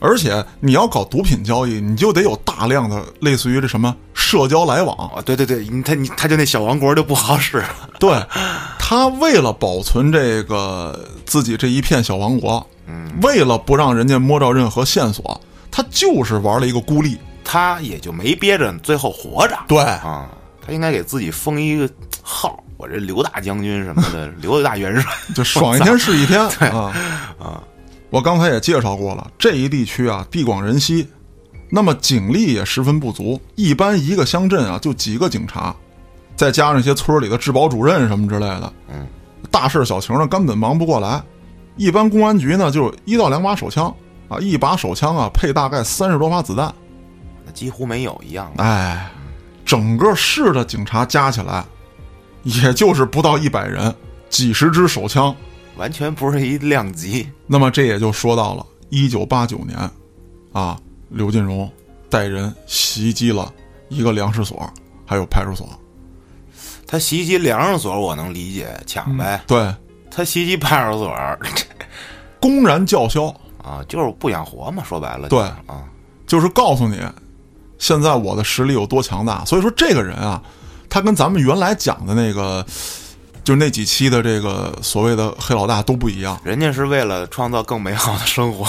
Speaker 1: 而且你要搞毒品交易，你就得有大量的类似于这什么社交来往，
Speaker 2: 哦，对对对，你他你他就那小王国就不好使了。 [laughs]
Speaker 1: 对，他为了保存这个自己这一片小王国，嗯，为了不让人家摸着任何线索，他就是玩了一个孤立。
Speaker 2: 他也就没憋着，最后活着。
Speaker 1: 对，
Speaker 2: 啊，他应该给自己封一个号，我这刘大将军什么
Speaker 1: [laughs]
Speaker 2: 的，刘大元帅。
Speaker 1: 就爽一天是一天啊我刚才也介绍过了，这一地区啊，地广人稀，那么警力也十分不足，一般一个乡镇啊就几个警察，再加上一些村里的治保主任什么之类的，
Speaker 2: 嗯，
Speaker 1: 大事小情呢根本忙不过来。一般公安局呢就一到两把手枪啊，一把手枪啊配大概三十多发子弹，
Speaker 2: 几乎没有一样的。
Speaker 1: 哎，整个市的警察加起来，也就是不到一百人，几十支手枪。
Speaker 2: 完全不是一量级。
Speaker 1: 那么这也就说到了，一九八九年，啊，刘进荣带人袭击了一个粮食所，还有派出所。
Speaker 2: 他袭击粮食所，我能理解，抢呗。
Speaker 1: 对，
Speaker 2: 他袭击派出所
Speaker 1: 公然叫嚣，
Speaker 2: 啊，就是不想活嘛，说白了。
Speaker 1: 对
Speaker 2: 啊，
Speaker 1: 就是告诉你，现在我的实力有多强大。所以说，这个人啊，他跟咱们原来讲的那个，就是那几期的这个所谓的黑老大都不一样。
Speaker 2: 人家是为了创造更美好的生活。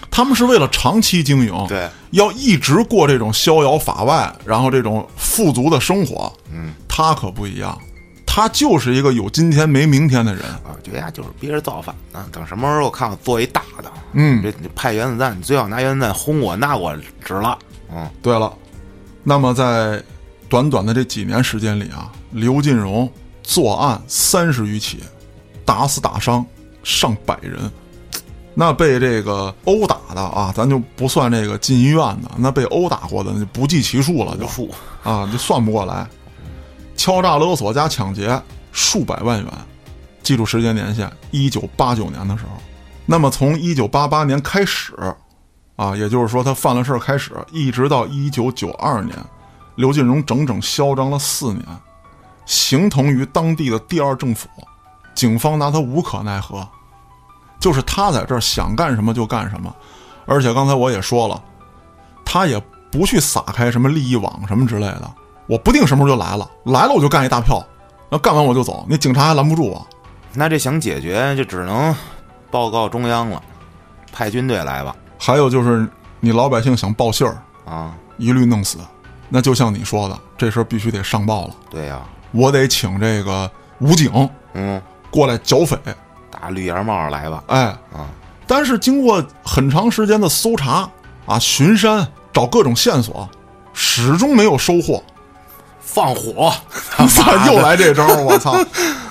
Speaker 1: [laughs] 他们是为了长期经营，
Speaker 2: 对，
Speaker 1: 要一直过这种逍遥法外，然后这种富足的生活。
Speaker 2: 嗯，
Speaker 1: 他可不一样，他就是一个有今天没明天的人。
Speaker 2: 啊，我觉得呀，就是憋着造反呢。等什么时候我看我做一大的，
Speaker 1: 嗯
Speaker 2: 这你派原子弹，你最好拿原子弹轰我，那我值了。嗯，
Speaker 1: 对了，那么在短短的这几年时间里啊，刘进荣作案三十余起，打死打伤上百人。那被这个殴打的啊，咱就不算这个进医院的，那被殴打过的那就不计其数了，就
Speaker 2: 无数
Speaker 1: 啊，就算不过来。敲诈勒索加抢劫，数百万元。记住时间年限，一九八九年的时候。那么从一九八八年开始，啊，也就是说他犯了事儿开始，一直到一九九二年，刘进荣整整嚣张了四年，形同于当地的第二政府。警方拿他无可奈何，就是他在这儿想干什么就干什么。而且刚才我也说了，他也不去撒开什么利益网什么之类的。我不定什么时候就来了，来了我就干一大票，那干完我就走，那警察还拦不住我。
Speaker 2: 那这想解决就只能报告中央了，派军队来吧。
Speaker 1: 还有就是你老百姓想报信儿，
Speaker 2: 啊，
Speaker 1: 一律弄死。那就像你说的，这事儿必须得上报了，
Speaker 2: 对呀、
Speaker 1: 我得请这个武警
Speaker 2: 嗯，
Speaker 1: 过来剿匪。
Speaker 2: 打绿檐帽来吧。
Speaker 1: 哎，
Speaker 2: 啊，
Speaker 1: 但是经过很长时间的搜查啊、巡山，找各种线索，始终没有收获。[laughs]
Speaker 2: 放火，
Speaker 1: 我操，又来这招儿！我操！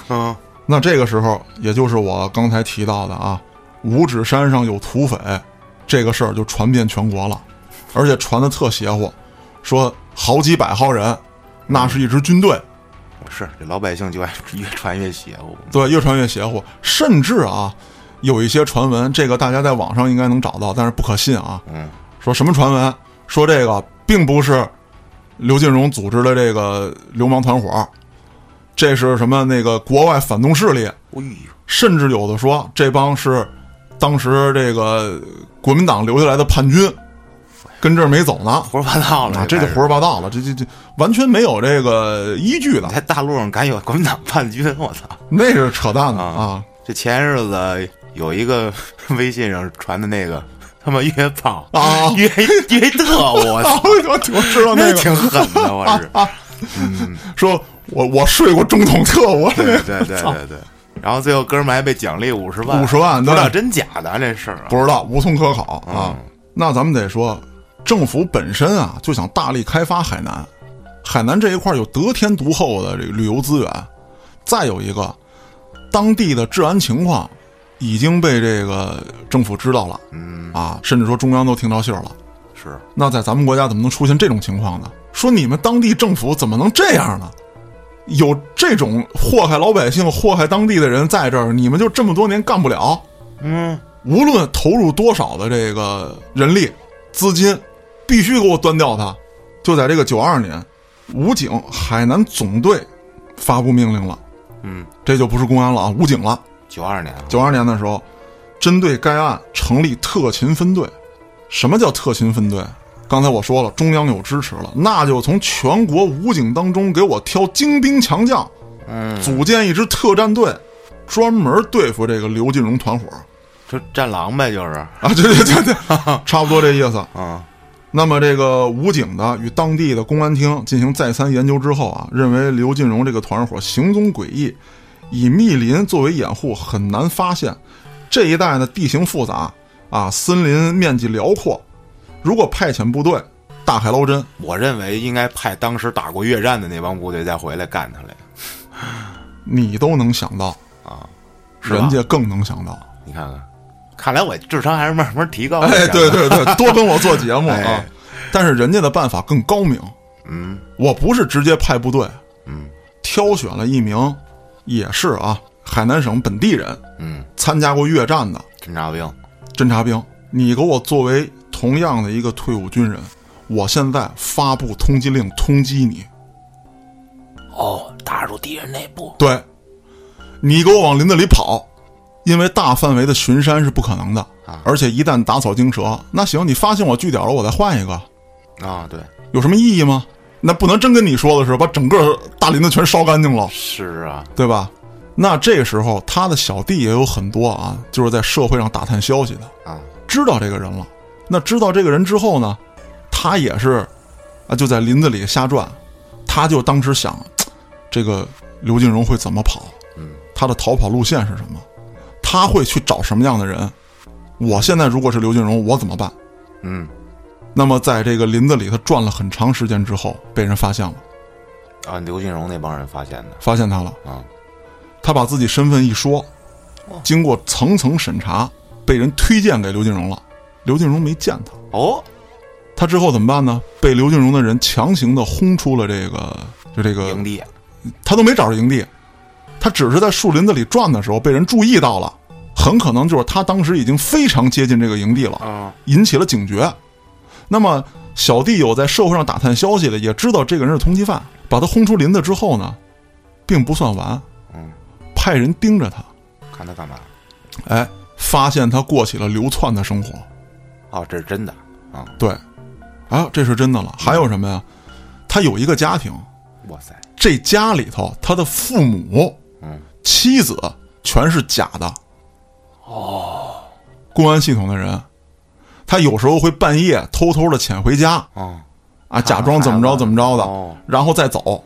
Speaker 2: 嗯，
Speaker 1: 那这个时候，也就是我刚才提到的啊，五指山上有土匪，这个事儿就传遍全国了，而且传的特邪乎，说好几百号人，那是一支军队，
Speaker 2: 是这老百姓就爱 [laughs] 越传越邪乎。
Speaker 1: 对，越传越邪乎，甚至啊，有一些传闻，这个大家在网上应该能找到，但是不可信啊，
Speaker 2: 嗯，
Speaker 1: 说什么传闻，说这个并不是刘进荣组织的这个流氓团伙，这是什么那个国外反动势力，
Speaker 2: 哎呦，
Speaker 1: 甚至有的说这帮是当时这个国民党留下来的叛军，跟这儿没走呢。
Speaker 2: 胡说八道了，
Speaker 1: 啊，这就
Speaker 2: 开始
Speaker 1: 胡说八道了，这这这完全没有这个依据的
Speaker 2: 你，在大陆上敢有国民党叛军，我操！
Speaker 1: 那是扯淡的啊
Speaker 2: 啊！这前日子有一个 [laughs] 微信上传的那个他妈约炮
Speaker 1: 啊
Speaker 2: [laughs] 约约特务，我
Speaker 1: 啊 [laughs]
Speaker 2: 操，，
Speaker 1: 我我知道那
Speaker 2: 哦
Speaker 1: 个，
Speaker 2: [laughs] 那
Speaker 1: 啊
Speaker 2: 挺嗯狠的，我是。
Speaker 1: 说我我睡过中统特务，
Speaker 2: 对对对对对。然后最后哥们儿还被奖励五十万，
Speaker 1: 50万
Speaker 2: 不知道
Speaker 1: 对
Speaker 2: 真假的啊这事儿啊。
Speaker 1: 不知道无从可考啊。那咱们得说，政府本身啊就想大力开发海南，海南这一块有得天独厚的这个旅游资源，再有一个当地的治安情况已经被这个政府知道了，嗯啊，甚至说中央都听到信儿了。
Speaker 2: 是
Speaker 1: 那在咱们国家怎么能出现这种情况呢？说你们当地政府怎么能这样呢？有这种祸害老百姓、祸害当地的人在这儿，你们就这么多年干不了？
Speaker 2: 嗯，
Speaker 1: 无论投入多少的这个人力、资金，必须给我端掉它。就在这个九二年，武警海南总队发布命令了，
Speaker 2: 嗯，
Speaker 1: 这就不是公安了啊，武警了。
Speaker 2: 九二年啊
Speaker 1: 九二年的时候，针对该案成立特勤分队。什么叫特勤分队？刚才我说了，中央有支持了，那就从全国武警当中给我挑精兵强将，
Speaker 2: 嗯，
Speaker 1: 组建一支特战队，专门对付这个刘进荣团伙。
Speaker 2: 就战狼呗，就是
Speaker 1: [laughs] 啊，对对对对， [laughs] 差不多这意思。
Speaker 2: 啊，
Speaker 1: 那么这个武警的与当地的公安厅进行再三研究之后啊，认为刘进荣这个团伙行踪诡异，以密林作为掩护很难发现。这一带呢地形复杂啊，森林面积辽阔，如果派遣部队大海捞针，
Speaker 2: 我认为应该派当时打过越战的那帮部队再回来干他来，
Speaker 1: 你都能想到
Speaker 2: 啊，是吧
Speaker 1: 人家更能想到。
Speaker 2: 你看看，看来我智商还是慢慢提高的。
Speaker 1: 哎，对对
Speaker 2: [laughs]
Speaker 1: 对，多跟我做节目啊
Speaker 2: 哎！
Speaker 1: 但是人家的办法更高明，
Speaker 2: 嗯，
Speaker 1: 我不是直接派部队，
Speaker 2: 嗯，
Speaker 1: 挑选了一名，也是啊，海南省本地人，
Speaker 2: 嗯，
Speaker 1: 参加过越战的
Speaker 2: 侦察兵
Speaker 1: 侦察兵，你给我作为同样的一个退伍军人，我现在发布通缉令通缉你，
Speaker 2: 哦，打入敌人内部，
Speaker 1: 对，你给我往林子里跑，因为大范围的巡山是不可能的
Speaker 2: 啊，
Speaker 1: 而且一旦打草惊蛇，那行，你发现我据点了，我再换一个，
Speaker 2: 啊，对，
Speaker 1: 有什么意义吗？那不能真跟你说的是把整个大林子全烧干净了，
Speaker 2: 是啊，
Speaker 1: 对吧？那这个时候，他的小弟也有很多啊，就是在社会上打探消息的，
Speaker 2: 啊，
Speaker 1: 知道这个人了。那知道这个人之后呢，他也是啊，就在林子里瞎转。他就当时想，嘖这个刘金荣会怎么跑？
Speaker 2: 嗯，
Speaker 1: 他的逃跑路线是什么？他会去找什么样的人？我现在如果是刘金荣，我怎么办？
Speaker 2: 嗯，
Speaker 1: 那么在这个林子里，他转了很长时间之后，被人发现了，
Speaker 2: 啊，刘金荣那帮人发现的，
Speaker 1: 发现他了。
Speaker 2: 啊，
Speaker 1: 他把自己身份一说
Speaker 2: 哦，
Speaker 1: 经过层层审查，被人推荐给刘金荣了。刘金荣没见他，
Speaker 2: 哦，
Speaker 1: 他之后怎么办呢？被刘金荣的人强行的轰出了这个，就这个
Speaker 2: 营，地，
Speaker 1: 他都没找着营地，他只是在树林子里转的时候被人注意到了，很可能就是他当时已经非常接近这个营地了，
Speaker 2: 啊，
Speaker 1: 引起了警觉。那么小弟有在社会上打探消息的，也知道这个人是通缉犯，把他轰出林子之后呢，并不算完，
Speaker 2: 嗯，
Speaker 1: 派人盯着他，
Speaker 2: 看他干嘛？
Speaker 1: 哎，发现他过起了流窜的生活。
Speaker 2: 哦，这是真的啊！
Speaker 1: 对，啊，这是真的了。还有什么呀？他有一个家庭，
Speaker 2: 哇塞，
Speaker 1: 这家里头他的父母、
Speaker 2: 嗯，
Speaker 1: 妻子全是假的。哦，
Speaker 2: 哦
Speaker 1: 公安系统的人，他有时候会半夜偷偷的潜回家
Speaker 2: 哦，
Speaker 1: 啊，假装怎么着怎么着的，
Speaker 2: 哦，
Speaker 1: 然后再走。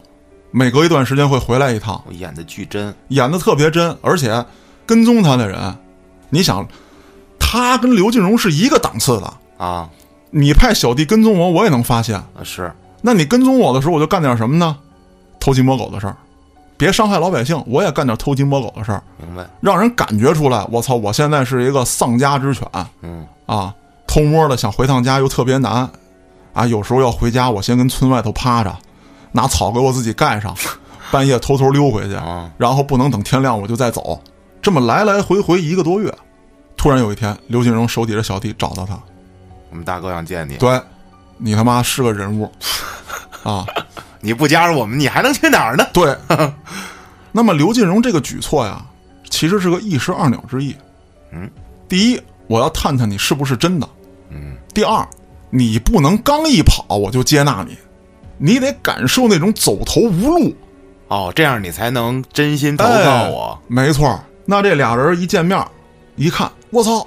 Speaker 1: 每隔一段时间会回来一趟，
Speaker 2: 我演的巨真，
Speaker 1: 演的特别真，而且跟踪他的人，你想，他跟刘金荣是一个档次的。
Speaker 2: 啊，
Speaker 1: 你派小弟跟踪我，我也能发现。
Speaker 2: 呃是
Speaker 1: 那你跟踪我的时候，我就干点什么呢？偷鸡摸狗的事儿，别伤害老百姓，我也干点偷鸡摸狗的事儿，
Speaker 2: 明白，
Speaker 1: 让人感觉出来，我操，我现在是一个丧家之犬
Speaker 2: 嗯，
Speaker 1: 啊！偷摸的想回趟家又特别难，啊，有时候要回家，我先跟村外头趴着，拿草给我自己盖上，半夜偷偷溜回去，
Speaker 2: 啊，
Speaker 1: 然后不能等天亮我就再走，这么来来回回一个多月，突然有一天，刘金荣手底下小弟找到他，
Speaker 2: 我们大哥想见你，
Speaker 1: 对，你他妈是个人物啊！
Speaker 2: 你不加入我们，你还能去哪儿呢？
Speaker 1: [laughs] 对，那么刘进荣这个举措呀，其实是个一石二鸟之意。
Speaker 2: 嗯，
Speaker 1: 第一，我要探探你是不是真的；
Speaker 2: 嗯，
Speaker 1: 第二，你不能刚一跑我就接纳你，你得感受那种走投无路
Speaker 2: 哦，这样你才能真心投
Speaker 1: 哎
Speaker 2: 靠我，
Speaker 1: 没错儿，那这俩人一见面儿，一看，我操！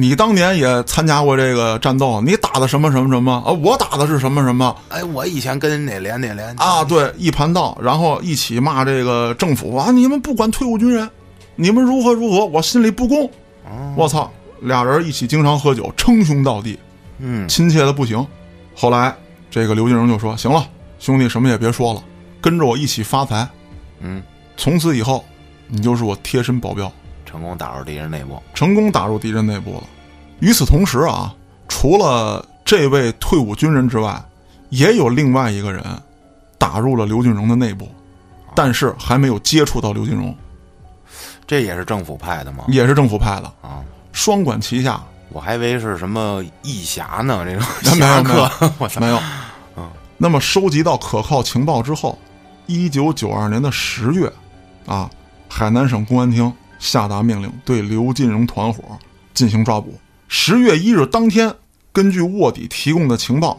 Speaker 1: 你当年也参加过这个战斗，你打的什么什么什么啊？我打的是什么什么？
Speaker 2: 哎，我以前跟哪连哪连
Speaker 1: 啊，，对，一盘道，然后一起骂这个政府啊，你们不管退伍军人，你们如何如何，我心里不公。我操，俩人一起经常喝酒，称兄道弟，
Speaker 2: 嗯，
Speaker 1: 亲切的不行。后来这个刘金荣就说：“行了，兄弟，什么也别说了，跟着我一起发财。
Speaker 2: 嗯，
Speaker 1: 从此以后，你就是我贴身保镖。”
Speaker 2: 成功打入敌人内部，
Speaker 1: 成功打入敌人内部了。与此同时啊，除了这位退伍军人之外，也有另外一个人打入了刘俊荣的内部，但是还没有接触到刘俊荣，
Speaker 2: 这也是政府派的吗？
Speaker 1: 也是政府派的，
Speaker 2: 啊，
Speaker 1: 双管齐下。
Speaker 2: 我还以为是什么义侠呢， [laughs] 这种
Speaker 1: 没有
Speaker 2: 侠
Speaker 1: 没有
Speaker 2: 客， [laughs] 我
Speaker 1: [laughs]
Speaker 2: 操，
Speaker 1: 没有，那么收集到可靠情报之后，一九九二年的十月，啊，海南省公安厅下达命令，对刘进荣团伙进行抓捕。十月一日当天，根据卧底提供的情报，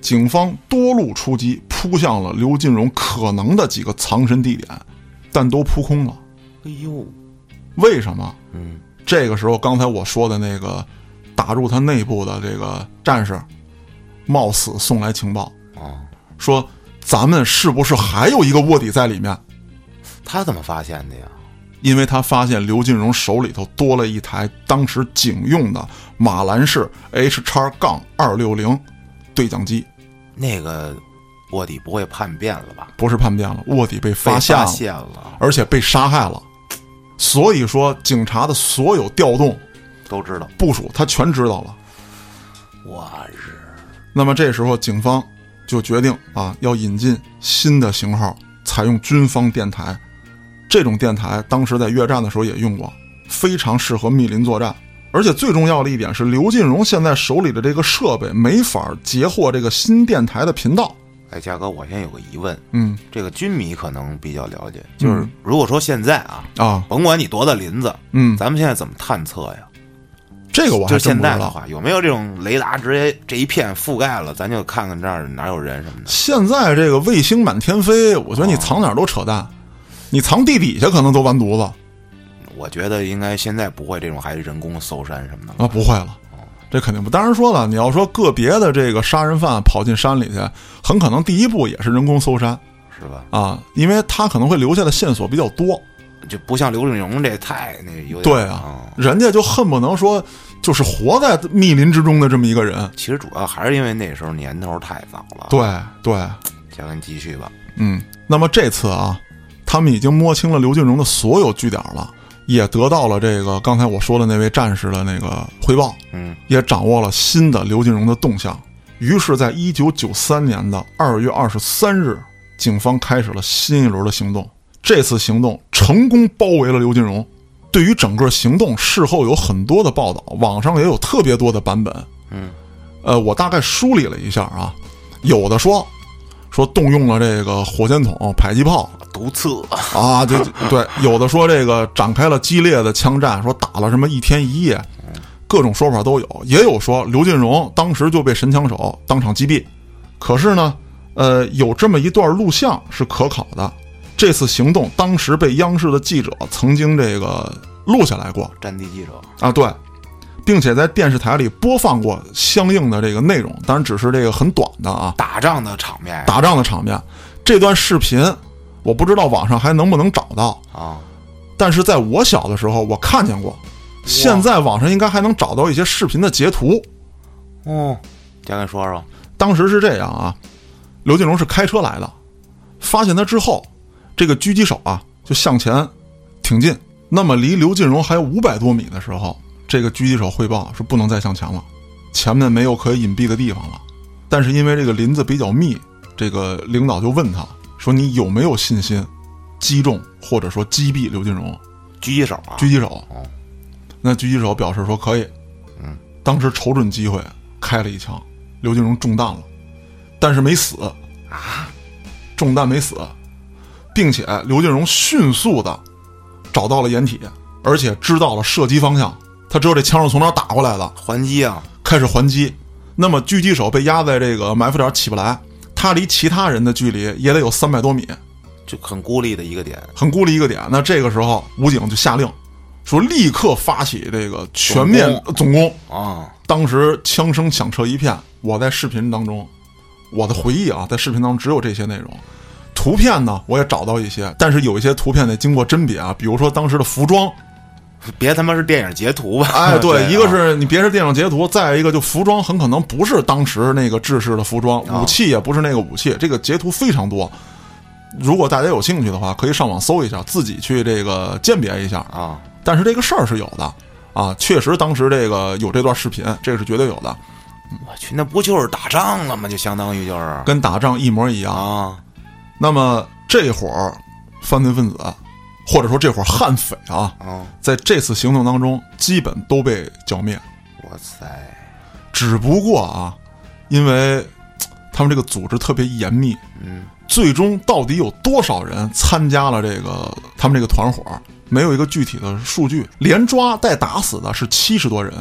Speaker 1: 警方多路出击，扑向了刘进荣可能的几个藏身地点，但都扑空了。
Speaker 2: 哎呦，
Speaker 1: 为什么？
Speaker 2: 嗯，
Speaker 1: 这个时候，刚才我说的那个打入他内部的这个战士，冒死送来情报，
Speaker 2: 哦，
Speaker 1: 说咱们是不是还有一个卧底在里面？
Speaker 2: 他怎么发现的呀？
Speaker 1: 因为他发现刘金荣手里头多了一台当时警用的马兰士 H 叉杠二六零对讲机，
Speaker 2: 那个卧底不会叛变了吧？
Speaker 1: 不是叛变了，卧底被
Speaker 2: 被
Speaker 1: 发现了，
Speaker 2: 现了，
Speaker 1: 而且被杀害了。所以说，警察的所有调动
Speaker 2: 都知道。
Speaker 1: 部署，他全知道了。
Speaker 2: 我日，
Speaker 1: 那么这时候，警方就决定啊，要引进新的型号，采用军方电台。这种电台当时在越战的时候也用过，非常适合密林作战，而且最重要的一点是，刘进荣现在手里的这个设备没法截获这个新电台的频道。
Speaker 2: 哎，嘉哥，我现在有个疑问，
Speaker 1: 嗯
Speaker 2: 这个军迷可能比较了解，就是如果说现在啊，
Speaker 1: 啊，
Speaker 2: 甭管你多大林子，
Speaker 1: 嗯，
Speaker 2: 咱们现在怎么探测呀？
Speaker 1: 这个我还
Speaker 2: 就是
Speaker 1: 真
Speaker 2: 现
Speaker 1: 不知
Speaker 2: 在的
Speaker 1: 道。
Speaker 2: 话，有没有这种雷达直接这一片覆盖了，咱就看看这儿哪有人什么的？
Speaker 1: 现在这个卫星满天飞，我觉得你藏哪儿都扯淡，你藏地底下可能都完犊子
Speaker 2: 我觉得应该现在不会这种还人工搜山什么的了。
Speaker 1: 啊，不会了。这肯定不，当然说了，你要说个别的这个杀人犯跑进山里去，很可能第一步也是人工搜山
Speaker 2: 是吧？
Speaker 1: 啊，因为他可能会留下的线索比较多。
Speaker 2: 就不像刘振荣这太那有点嗯
Speaker 1: 对啊，人家就恨不能说就是活在密林之中的这么一个人。
Speaker 2: 其实主要还是因为那时候年头太早了。，
Speaker 1: 对对，
Speaker 2: 嘉哥，你继续吧。
Speaker 1: 嗯，那么这次啊，他们已经摸清了刘俊荣的所有据点了，也得到了这个刚才我说的那位战士的那个汇报，
Speaker 2: 嗯，
Speaker 1: 也掌握了新的刘俊荣的动向。于是，在一九九三年的二月二十三日，警方开始了新一轮的行动。这次行动成功包围了刘金荣。对于整个行动，事后有很多的报道，网上也有特别多的版本。
Speaker 2: 嗯，
Speaker 1: 呃，我大概梳理了一下啊，有的说说动用了这个火箭筒、迫击炮
Speaker 2: 毒刺
Speaker 1: 啊，对对，有的说这个展开了激烈的枪战，说打了什么一天一夜，各种说法都有，也有说刘进荣当时就被神枪手当场击毙。可是呢，呃，有这么一段录像是可考的，这次行动当时被央视的记者曾经这个录下来过
Speaker 2: [laughs] 战地记者，
Speaker 1: 啊，对，并且在电视台里播放过相应的这个内容，当然只是这个很短的啊，
Speaker 2: 打仗的场面啊呀
Speaker 1: 打仗的场面。这段视频我不知道网上还能不能找到，
Speaker 2: 啊，
Speaker 1: 但是在我小的时候我看见过，现在网上应该还能找到一些视频的截图。
Speaker 2: 哦，嘉哥你说说，
Speaker 1: 当时是这样啊，刘进荣是开车来的，发现他之后，这个狙击手啊就向前挺进。那么离刘进荣还有五百多米的时候，这个狙击手汇报说不能再向前了，前面没有可以隐蔽的地方了。但是因为这个林子比较密，这个领导就问他说：“你有没有信心击中或者说击毙刘进荣？”
Speaker 2: 狙击手啊，
Speaker 1: 狙击手。那狙击手表示说可以。
Speaker 2: 嗯，
Speaker 1: 当时瞅准机会开了一枪，刘金荣中弹了，但是没死啊，中弹没死，并且刘金荣迅速的找到了掩体，而且知道了射击方向，他知道这枪是从哪儿打过来的，
Speaker 2: 还击啊，
Speaker 1: 开始还击。那么狙击手被压在这个埋伏点起不来，他离其他人的距离也得有三百多米，
Speaker 2: 就很孤立的一个点，
Speaker 1: 很孤立一个点。那这个时候，武警就下令说，立刻发起这个全面
Speaker 2: 总
Speaker 1: 呃总攻。
Speaker 2: 啊，
Speaker 1: 当时枪声响彻一片，我在视频当中，我的回忆啊，在视频当中只有这些内容。图片呢，我也找到一些，但是有一些图片得经过甄别啊，比如说当时的服装，
Speaker 2: 别他妈是电影截图吧？
Speaker 1: 哎，
Speaker 2: [laughs]
Speaker 1: 对，
Speaker 2: 啊
Speaker 1: 一个是你别是电影截图，再一个就服装很可能不是当时那个制式的服装，
Speaker 2: 啊
Speaker 1: 武器也不是那个武器，这个截图非常多。如果大家有兴趣的话，可以上网搜一下，自己去这个鉴别一下。
Speaker 2: 啊，
Speaker 1: 但是这个事儿是有的啊，确实当时这个有这段视频，这个是绝对有的，
Speaker 2: 我去，那不就是打仗了吗？就相当于就是
Speaker 1: 跟打仗一模一样。
Speaker 2: 啊，
Speaker 1: 那么这伙儿犯罪分子，或者说这伙儿悍匪啊，
Speaker 2: 啊，
Speaker 1: 在这次行动当中基本都被剿灭。
Speaker 2: 哇塞，
Speaker 1: 只不过啊，因为嘖他们这个组织特别严密，
Speaker 2: 嗯，
Speaker 1: 最终到底有多少人参加了这个他们这个团伙，没有一个具体的数据。连抓带打死的是七十多人，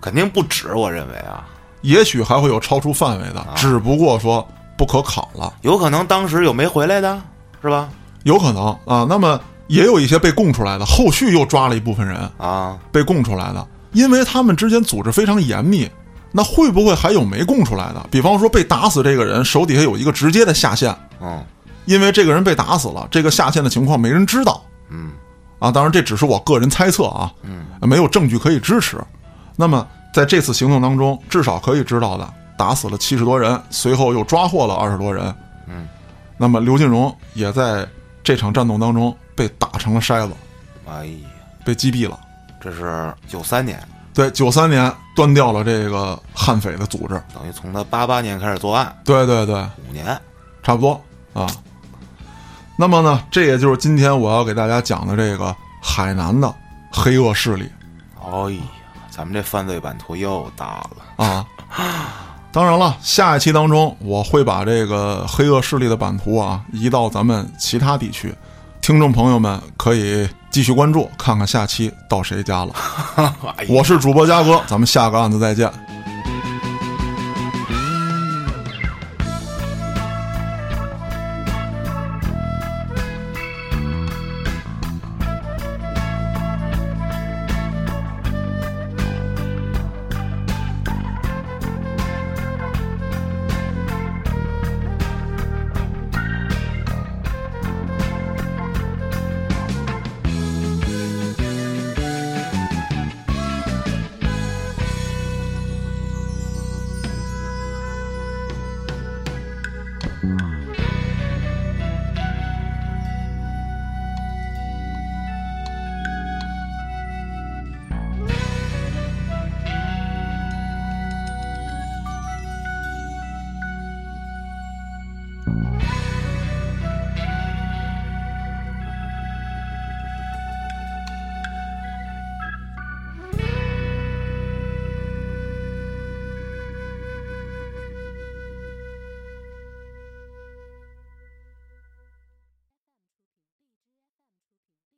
Speaker 2: 肯定不止，我认为啊，
Speaker 1: 也许还会有超出范围的，只不过说不可考了，
Speaker 2: 有可能当时有没回来的，是吧？
Speaker 1: 有可能啊。那么也有一些被供出来的，后续又抓了一部分人
Speaker 2: 啊，
Speaker 1: 被供出来的，因为他们之间组织非常严密。那会不会还有没供出来的？比方说被打死这个人手底下有一个直接的下线，
Speaker 2: 嗯
Speaker 1: 因为这个人被打死了，这个下线的情况没人知道
Speaker 2: 嗯，
Speaker 1: 啊。当然，这只是我个人猜测啊，
Speaker 2: 嗯，
Speaker 1: 没有证据可以支持。那么，在这次行动当中，至少可以知道的，打死了七十多人，随后又抓获了二十多人。
Speaker 2: 嗯，
Speaker 1: 那么刘金荣也在这场战斗当中被打成了筛子，
Speaker 2: 哎呀，
Speaker 1: 被击毙了。
Speaker 2: 这是九三年，
Speaker 1: 对，九三年端掉了这个悍匪的组织。
Speaker 2: 等于从他八八年开始作案，
Speaker 1: 对对对，
Speaker 2: 五年，
Speaker 1: 差不多啊。那么呢，这也就是今天我要给大家讲的这个海南的黑恶势力
Speaker 2: 哎呀，咱们这犯罪版图又大了。
Speaker 1: 啊。当然了，下一期当中我会把这个黑恶势力的版图啊移到咱们其他地区，听众朋友们可以继续关注，看看下期到谁家了。
Speaker 2: [laughs] 哎呀
Speaker 1: 我是主播嘉哥，咱们下个案子再见。